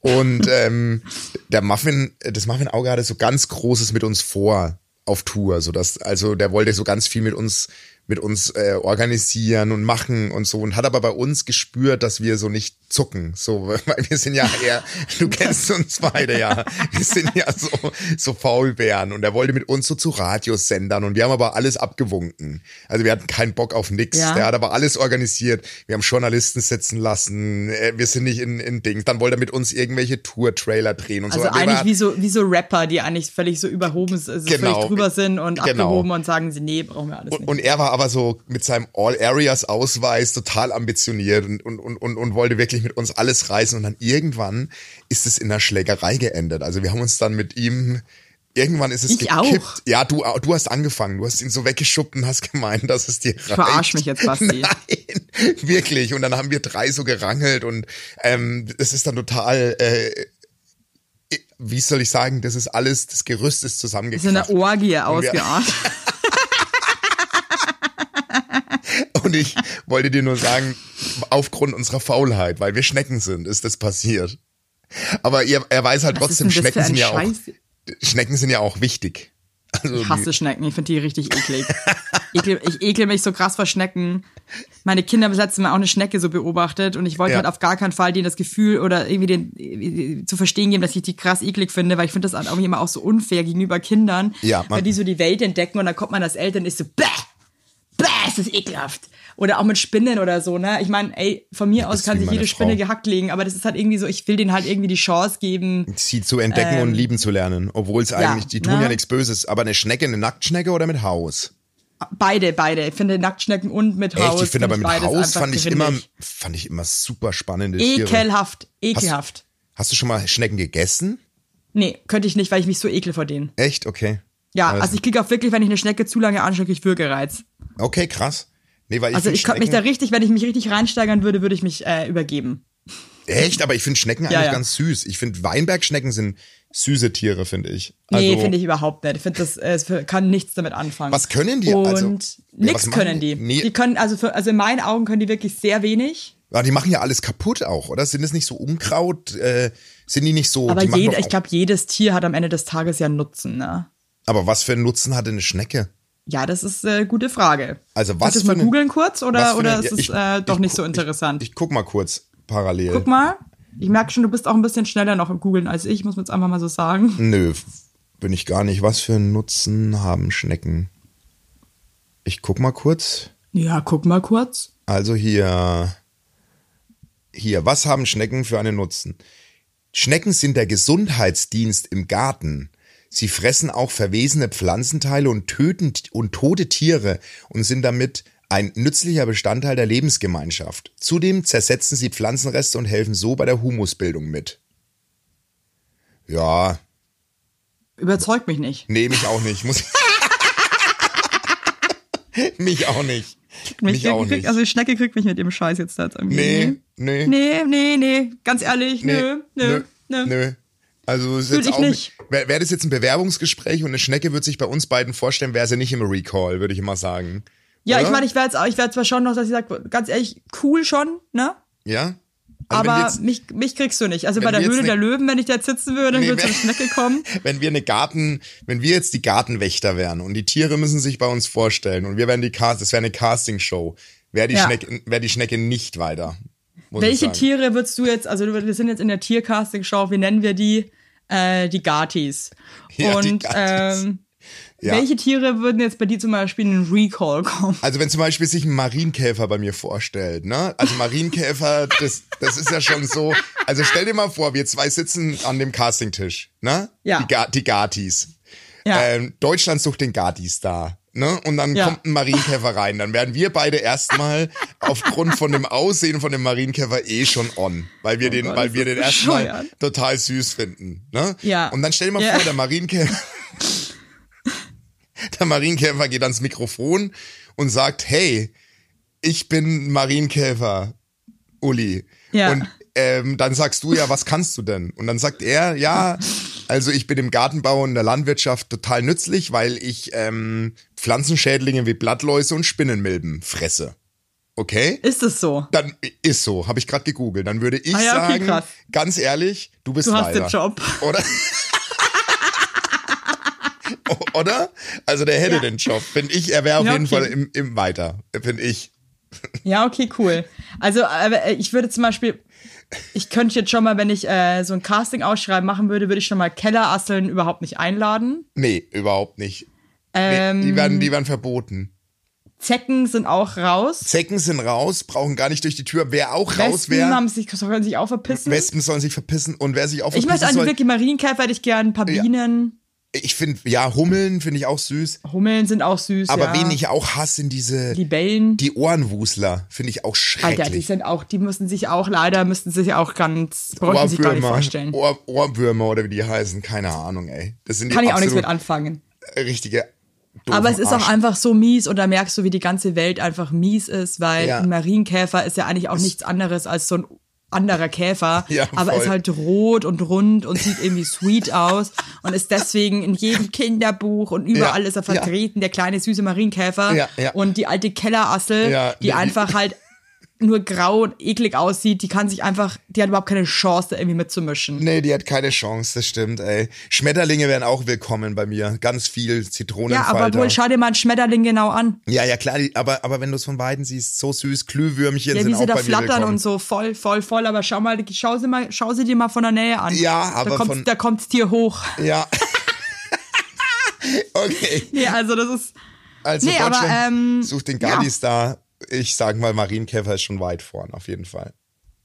B: Und ähm, der Muffin, das Muffinauge hatte so ganz Großes mit uns vor auf Tour, so dass also der wollte so ganz viel mit uns mit uns äh, organisieren und machen und so und hat aber bei uns gespürt, dass wir so nicht zucken, so weil wir sind ja eher, du kennst uns beide ja, wir sind ja so so Faulbären und er wollte mit uns so zu Radiosendern und wir haben aber alles abgewunken, also wir hatten keinen Bock auf nichts,
C: Ja.
B: der hat aber alles organisiert, wir haben Journalisten sitzen lassen, äh, wir sind nicht in, in Dings, dann wollte er mit uns irgendwelche Tour-Trailer drehen und
C: also
B: so.
C: eigentlich wie so, wie so Rapper, die eigentlich völlig so überhoben, also
B: Genau.
C: völlig drüber sind und
B: Genau.
C: abgehoben und sagen sie, nee, brauchen wir alles nicht.
B: Und, und er war aber so mit seinem All-Areas-Ausweis total ambitioniert und, und, und, und, und wollte wirklich mit uns alles reißen. Und dann irgendwann ist es in einer Schlägerei geendet. Also wir haben uns dann mit ihm. Irgendwann ist es
C: Ich
B: gekippt.
C: auch.
B: Ja, du, au- du hast angefangen. Du hast ihn so weggeschubbt und hast gemeint, dass es dir reicht.
C: verarsch mich jetzt, Basti.
B: Nein, wirklich. Und dann haben wir drei so gerangelt und ähm, es ist dann total, äh, wie soll ich sagen, das ist alles, das Gerüst ist
C: ist in
B: zusammengekracht.
C: der Orgie ausgeartet.
B: Und ich wollte dir nur sagen, aufgrund unserer Faulheit, weil wir Schnecken sind, ist das passiert. Aber ihr, er weiß halt
C: Was ist
B: trotzdem,
C: denn das für
B: Schnecken
C: ein
B: sind ja auch,
C: Scheiß?
B: Schnecken sind ja auch wichtig. Also
C: Ich hasse Schnecken, ich finde die richtig eklig. Ekel, ich ekel mich so krass vor Schnecken. Meine Kinder haben das letzte Mal auch eine Schnecke so beobachtet und ich wollte
B: Ja.
C: halt auf gar keinen Fall denen das Gefühl oder irgendwie den zu verstehen geben, dass ich die krass eklig finde, weil ich finde das halt auch immer auch so unfair gegenüber Kindern,
B: Ja, man-
C: weil die so die Welt entdecken und dann kommt man als Eltern und ist so, bäh, bäh, ist das ekelhaft. Oder auch mit Spinnen oder so, ne? Ich meine, ey, von mir aus
B: bist
C: kann
B: wie
C: sich
B: meine
C: jede Spinne
B: Frau.
C: gehackt legen, aber das ist halt irgendwie so, ich will denen halt irgendwie die Chance geben.
B: sie zu entdecken und lieben zu lernen, obwohl es eigentlich, die tun
C: Ähm, ne?
B: ja nichts Böses. Aber eine Schnecke, eine Nacktschnecke oder mit Haus?
C: Beide, beide. Ich finde Nacktschnecken und mit Haus.
B: Echt, ich finde aber mit
C: beides
B: Haus
C: einfach
B: fand ich immer,
C: gründig.
B: fand ich immer super spannende Tiere.
C: Ekelhaft, ekelhaft.
B: Hast du schon mal Schnecken gegessen?
C: Nee, könnte ich nicht, weil ich mich so ekle vor denen.
B: Echt? Okay.
C: Ja,
B: Alles-
C: also ich kriege auch wirklich, wenn ich eine Schnecke zu lange anschaue, kriege ich Würgereiz.
B: Okay, krass. Nee, weil ich
C: Also
B: find
C: ich könnte mich da
B: Schnecken-
C: richtig, wenn ich mich richtig reinsteigern würde, würde ich mich äh, übergeben.
B: Echt? Aber ich finde Schnecken eigentlich
C: ja.
B: ganz süß. Ich finde Weinbergschnecken sind süße Tiere, finde ich.
C: Nee, finde ich überhaupt nicht. Ich finde, das äh, es kann nichts damit anfangen.
B: Also Was können die?
C: Und
B: Also-
C: nichts
B: Ja, was machen
C: können die.
B: die? Nee.
C: Die können, also, für, also in meinen Augen können die wirklich sehr wenig.
B: Ja, ah, die machen ja alles kaputt auch, oder? Sind es nicht so Unkraut? Äh, sind die nicht so.
C: Aber
B: die machen
C: jed,
B: doch
C: ich
B: auch-
C: glaube, jedes Tier hat am Ende des Tages ja einen Nutzen. Ne?
B: Aber was für einen Nutzen hatte eine Schnecke?
C: Ja, das ist äh, gute Frage.
B: Also
C: Soll
B: was
C: ich das
B: für
C: mal
B: eine-
C: googeln kurz
B: Was
C: oder,
B: für
C: oder
B: eine-
C: ist
B: Ja,
C: es
B: ich-
C: äh, doch
B: ich
C: nicht
B: gu-
C: so interessant?
B: Ich, ich guck mal kurz parallel.
C: Guck mal, ich merke schon, du bist auch ein bisschen schneller noch im Googeln als ich, muss man jetzt einfach mal so sagen.
B: Nö, f- bin ich gar nicht. Was für einen Nutzen haben Schnecken? Ich guck mal kurz.
C: Ja, guck mal kurz.
B: Also hier. Hier, was haben Schnecken für einen Nutzen? Schnecken sind der Gesundheitsdienst im Garten. Sie fressen auch verwesene Pflanzenteile und töten t- und tote Tiere und sind damit ein nützlicher Bestandteil der Lebensgemeinschaft. Zudem zersetzen sie Pflanzenreste und helfen so bei der Humusbildung mit. Ja,
C: Überzeugt mich nicht.
B: Nee, mich auch nicht. Muss mich auch nicht.
C: Mich
B: Mich auch
C: krieg,
B: nicht.
C: Also die Schnecke kriegt mich mit dem Scheiß jetzt da. jetzt irgendwie.
B: Nee, nee.
C: Nee, nee, nee. Ganz ehrlich, nö, nö, nö.
B: nö. Also ist
C: Fühl
B: jetzt
C: ich
B: auch
C: nicht.
B: Wäre wär das jetzt ein Bewerbungsgespräch und eine Schnecke wird sich bei uns beiden vorstellen, wäre sie nicht im Recall, würde ich immer sagen.
C: Ja, ich
B: Oder?
C: meine, ich wäre jetzt, auch- ich wär zwar schon noch, dass ich sage, ganz ehrlich, cool schon, ne?
B: Ja? Also wenn wir
C: Aber
B: jetzt,
C: mich, mich kriegst du nicht. Also bei
B: wenn
C: der
B: wir jetzt
C: Höhle der
B: ne-
C: Löwen, wenn ich da jetzt sitzen würde,
B: Nee,
C: würde
B: wenn-
C: zur Schnecke kommen.
B: wenn wir eine Garten, wenn wir jetzt die Gartenwächter wären und die Tiere müssen sich bei uns vorstellen und wir wären die Cast, das wäre eine Castingshow, wäre die,
C: Ja.
B: Schnecke, wär die Schnecke nicht weiter. muss ich
C: Welche
B: sagen.
C: Tiere würdest du jetzt, also wir sind jetzt in der Tiercasting-Show, wie nennen wir die? Äh, die Gatis.
B: Ja, die
C: Und
B: Gatis.
C: Ähm,
B: Ja.
C: welche Tiere würden jetzt bei dir zum Beispiel in den Recall kommen?
B: Also wenn zum Beispiel sich ein Marienkäfer bei mir vorstellt, ne? Also Marienkäfer, das, das ist ja schon so. Also stell dir mal vor, wir zwei sitzen an dem Castingtisch, ne?
C: Ja.
B: Die, Ga die Gatis.
C: Ja.
B: Ähm, Deutschland sucht den Gati-Star. Ne? Und dann
C: Ja.
B: kommt ein Marienkäfer rein. Dann werden wir beide erstmal aufgrund von dem Aussehen von dem Marienkäfer eh schon on. Weil wir den,
C: Oh Gott,
B: weil
C: ist
B: wir
C: das
B: den erstmal
C: bescheuert.
B: total süß finden. Ne?
C: Ja.
B: Und dann stell dir mal
C: Ja.
B: vor, der Marienkäfer. Der Marienkäfer geht ans Mikrofon und sagt, hey, ich bin Marienkäfer, Uli.
C: Ja.
B: Und ähm, dann sagst du ja, was kannst du denn? Und dann sagt er, ja, also ich bin im Gartenbau und in der Landwirtschaft total nützlich, weil ich ähm, Pflanzenschädlinge wie Blattläuse und Spinnenmilben fresse. Okay?
C: Ist es so?
B: Dann ist so, habe ich gerade gegoogelt. Dann würde ich
C: Ah ja, okay,
B: sagen,
C: krass.
B: ganz ehrlich, du bist
C: Du hast
B: weiter.
C: den Job.
B: Oder? O- Oder? Also der hätte den Job. Bin ich, er wäre auf
C: Ja,
B: jeden
C: okay.
B: Fall im, im Weiter. Bin ich.
C: Ja, okay, cool. Also aber, äh, ich würde zum Beispiel, ich könnte jetzt schon mal, wenn ich äh, so ein Casting ausschreiben machen würde, würde ich schon mal Kellerasseln überhaupt nicht einladen.
B: Nee, überhaupt nicht. Nee,
C: Ähm,
B: die, werden, die werden verboten.
C: Zecken sind auch raus.
B: Zecken sind raus, brauchen gar nicht durch die Tür. Wer auch raus
C: Wespen
B: wäre,
C: haben sich, können sich auch verpissen.
B: Wespen sollen sich verpissen und wer sich auch
C: ich möchte
B: verpissen
C: einen
B: soll.
C: wirklich Marienkäfer, hätte ich gern ein paar
B: Ja.
C: Bienen.
B: Ich finde, ja, Hummeln finde ich auch süß.
C: Hummeln sind auch süß.
B: Aber
C: ja.
B: wen ich auch hasse, sind diese, die,
C: Libellen.
B: Ohrenwusler. Finde ich auch schrecklich.
C: Alter, Ah, die sind auch, die müssen sich auch leider, müssten sich auch ganz, bräuchten sich gar nicht vorstellen.
B: Ohr, Ohrwürmer oder wie die heißen, keine Ahnung, ey. Das sind die
C: Kann ich auch nichts mit
B: Oh, absolut
C: anfangen.
B: richtige. doofen
C: Aber es ist auch
B: Arsch.
C: einfach so mies und da merkst du, wie die ganze Welt einfach mies ist, weil
B: Ja.
C: ein Marienkäfer ist ja eigentlich auch nichts anderes als so ein anderer Käfer,
B: Ja,
C: aber
B: voll.
C: ist halt rot und rund und sieht irgendwie sweet aus und ist deswegen in jedem Kinderbuch und überall
B: Ja,
C: ist er
B: ja.
C: vertreten, der kleine süße Marienkäfer
B: Ja, ja.
C: und die alte Kellerassel,
B: Ja,
C: die
B: die-
C: einfach halt nur grau und eklig aussieht, die kann sich einfach, die hat überhaupt keine Chance, da irgendwie mitzumischen.
B: Nee, die hat keine Chance, das stimmt, ey. Schmetterlinge wären auch willkommen bei mir. Ganz viel
C: Ja, aber
B: Zitronenfalter.
C: wohl, schau dir mal einen Schmetterling genau an.
B: ja, ja, klar, die, aber, aber wenn du es von beiden siehst, so süß, Glühwürmchen
C: Ja,
B: sind
C: wie
B: auch
C: sie da
B: bei mir
C: flattern
B: willkommen.
C: und so, voll, voll, voll. Aber schau mal, schau sie, mal, schau sie dir mal von der Nähe an.
B: Ja,
C: da
B: aber
C: kommt,
B: von-
C: da kommt's Tier hoch.
B: Ja. okay,
C: Nee, also das ist.
B: also
C: Nee, aber,
B: Deutschland
C: ähm,
B: sucht den
C: ja.
B: Gardistar. Ich sag mal, Marienkäfer ist schon weit vorn, auf jeden Fall.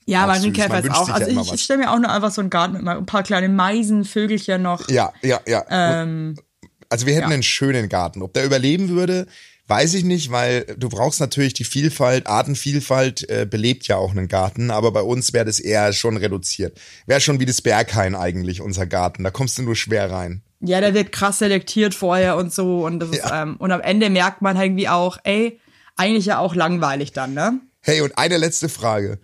C: Ja,
B: Auch süß,
C: Marienkäfer
B: man
C: ist
B: wünscht
C: auch.
B: sich ja
C: Also
B: immer
C: ich,
B: was.
C: ich stelle mir auch nur einfach so einen Garten mit mal ein paar kleine Meisen, Vögelchen noch.
B: Ja, ja, ja.
C: Ähm,
B: Also wir hätten
C: Ja.
B: einen schönen Garten. Ob der überleben würde, weiß ich nicht, weil du brauchst natürlich die Vielfalt, Artenvielfalt äh, belebt ja auch einen Garten, aber bei uns wäre das eher schon reduziert. Wäre schon wie das Berghain eigentlich, unser Garten. Da kommst du nur schwer rein.
C: ja, der wird krass selektiert vorher und so. Und, das ist,
B: Ja.
C: ähm, und am Ende merkt man halt irgendwie auch, ey, eigentlich ja auch langweilig dann, ne?
B: Hey, und eine letzte Frage.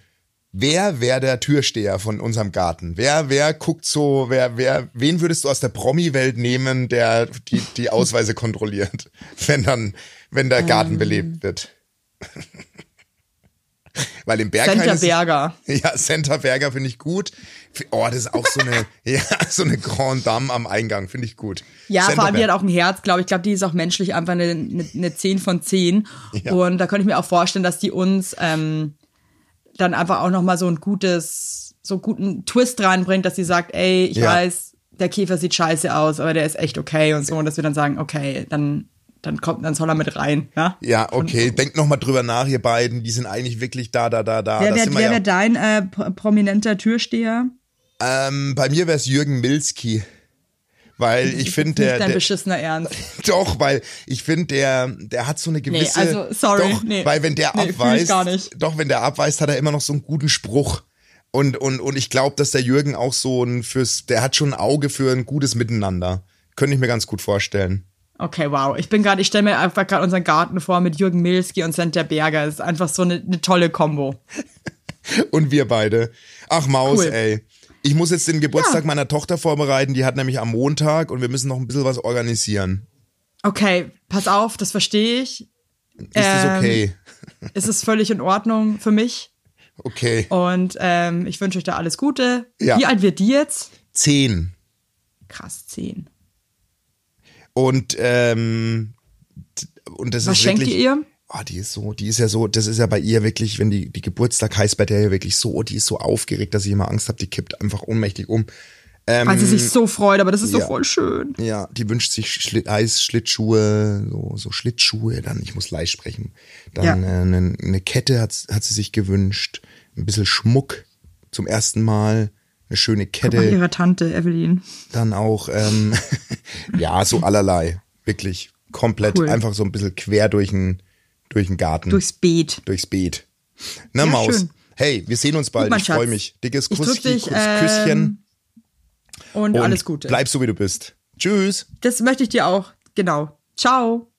B: Wer wäre der Türsteher von unserem Garten? Wer, wer guckt so, wer, wer, wen würdest du aus der Promi-Welt nehmen, der die, die Ausweise kontrolliert, wenn dann, wenn der Garten
C: Ähm.
B: belebt wird? Weil im Berghain
C: Center
B: ist-
C: Berger.
B: ja, Santa Berger finde ich gut. Oh, das ist auch so eine, ja, so eine Grand Dame am Eingang, finde ich gut.
C: Ja,
B: Santa
C: vor allem die hat
B: Berger.
C: auch ein Herz, glaube ich. Ich glaube, die ist auch menschlich einfach eine, eine, eine 10 von 10.
B: Ja.
C: Und da könnte ich mir auch vorstellen, dass die uns ähm, dann einfach auch nochmal so ein gutes, so einen guten Twist reinbringt, dass sie sagt, ey, ich
B: Ja.
C: weiß, der Käfer sieht scheiße aus, aber der ist echt okay und so. Und dass wir dann sagen, okay, dann, dann kommt, dann soll er mit rein. Ja?
B: Ja, okay, denkt nochmal drüber nach, ihr beiden, die sind eigentlich wirklich da, da, da, da.
C: Wer
B: Das
C: wäre
B: sind wir
C: wer
B: ja.
C: wär dein äh, pro- prominenter Türsteher?
B: Ähm, bei mir wär's Jürgen Milski. Weil ich finde,
C: Hm, Nicht
B: der,
C: dein
B: der
C: beschissener Ernst.
B: doch, weil ich finde, der, der hat so eine gewisse.
C: also, sorry,
B: doch,
C: nee.
B: Weil wenn der
C: Nee, fühl ich
B: abweist,
C: gar nicht.
B: doch, wenn der abweist, hat er immer noch so einen guten Spruch. Und, und, und ich glaube, dass der Jürgen auch so ein fürs, der hat schon ein Auge für ein gutes Miteinander. Könnte ich mir ganz gut vorstellen.
C: Okay, wow. Ich bin gerade, ich stelle mir einfach gerade unseren Garten vor mit Jürgen Milski und Santa Berger. Das ist einfach so eine, eine tolle Kombo.
B: Und wir beide. Ach Maus,
C: Cool.
B: ey. Ich muss jetzt den Geburtstag
C: Ja.
B: meiner Tochter vorbereiten, die hat nämlich am Montag und wir müssen noch ein bisschen was organisieren.
C: Okay, pass auf, das verstehe ich.
B: Ist das
C: Ähm,
B: okay?
C: Es ist völlig in Ordnung für mich.
B: Okay.
C: Und ähm, ich wünsche euch da alles Gute.
B: Ja.
C: Wie alt wird die jetzt?
B: Zehn.
C: Krass, zehn.
B: Und, ähm, t- und das
C: Was
B: ist
C: schenkt
B: wirklich,
C: ihr ihr?
B: Ah, die ist so, die ist ja so, das ist ja bei ihr wirklich, wenn die, die Geburtstag heißt, bei der ja wirklich so, die ist so aufgeregt, dass ich immer Angst habe, die kippt einfach ohnmächtig um.
C: Weil sie sich so freut, aber das ist so
B: ja.
C: voll schön.
B: Ja, die wünscht sich Schli Eis, Schlittschuhe, so, so Schlittschuhe, dann, ich muss leicht sprechen. Dann
C: Ja.
B: äh, eine, eine Kette hat, hat sie sich gewünscht, ein bisschen Schmuck zum ersten Mal, eine schöne
C: Ach,
B: Kette,
C: ihre Tante, Evelyn.
B: dann auch, ähm, ja, so allerlei, wirklich komplett,
C: Cool.
B: einfach so ein bisschen quer durch den, durch den Garten,
C: Durchs Beet.
B: durchs Beet. Na
C: Ja,
B: Maus,
C: schön.
B: hey, wir sehen uns bald,
C: mein
B: ich freue
C: Schatz.
B: mich. Dickes
C: Ich drück
B: Kuss,
C: dich,
B: Kuss, Küsschen
C: Und,
B: und
C: alles Gute.
B: bleib so, wie du bist. Tschüss.
C: Das möchte ich dir auch. Genau. Ciao.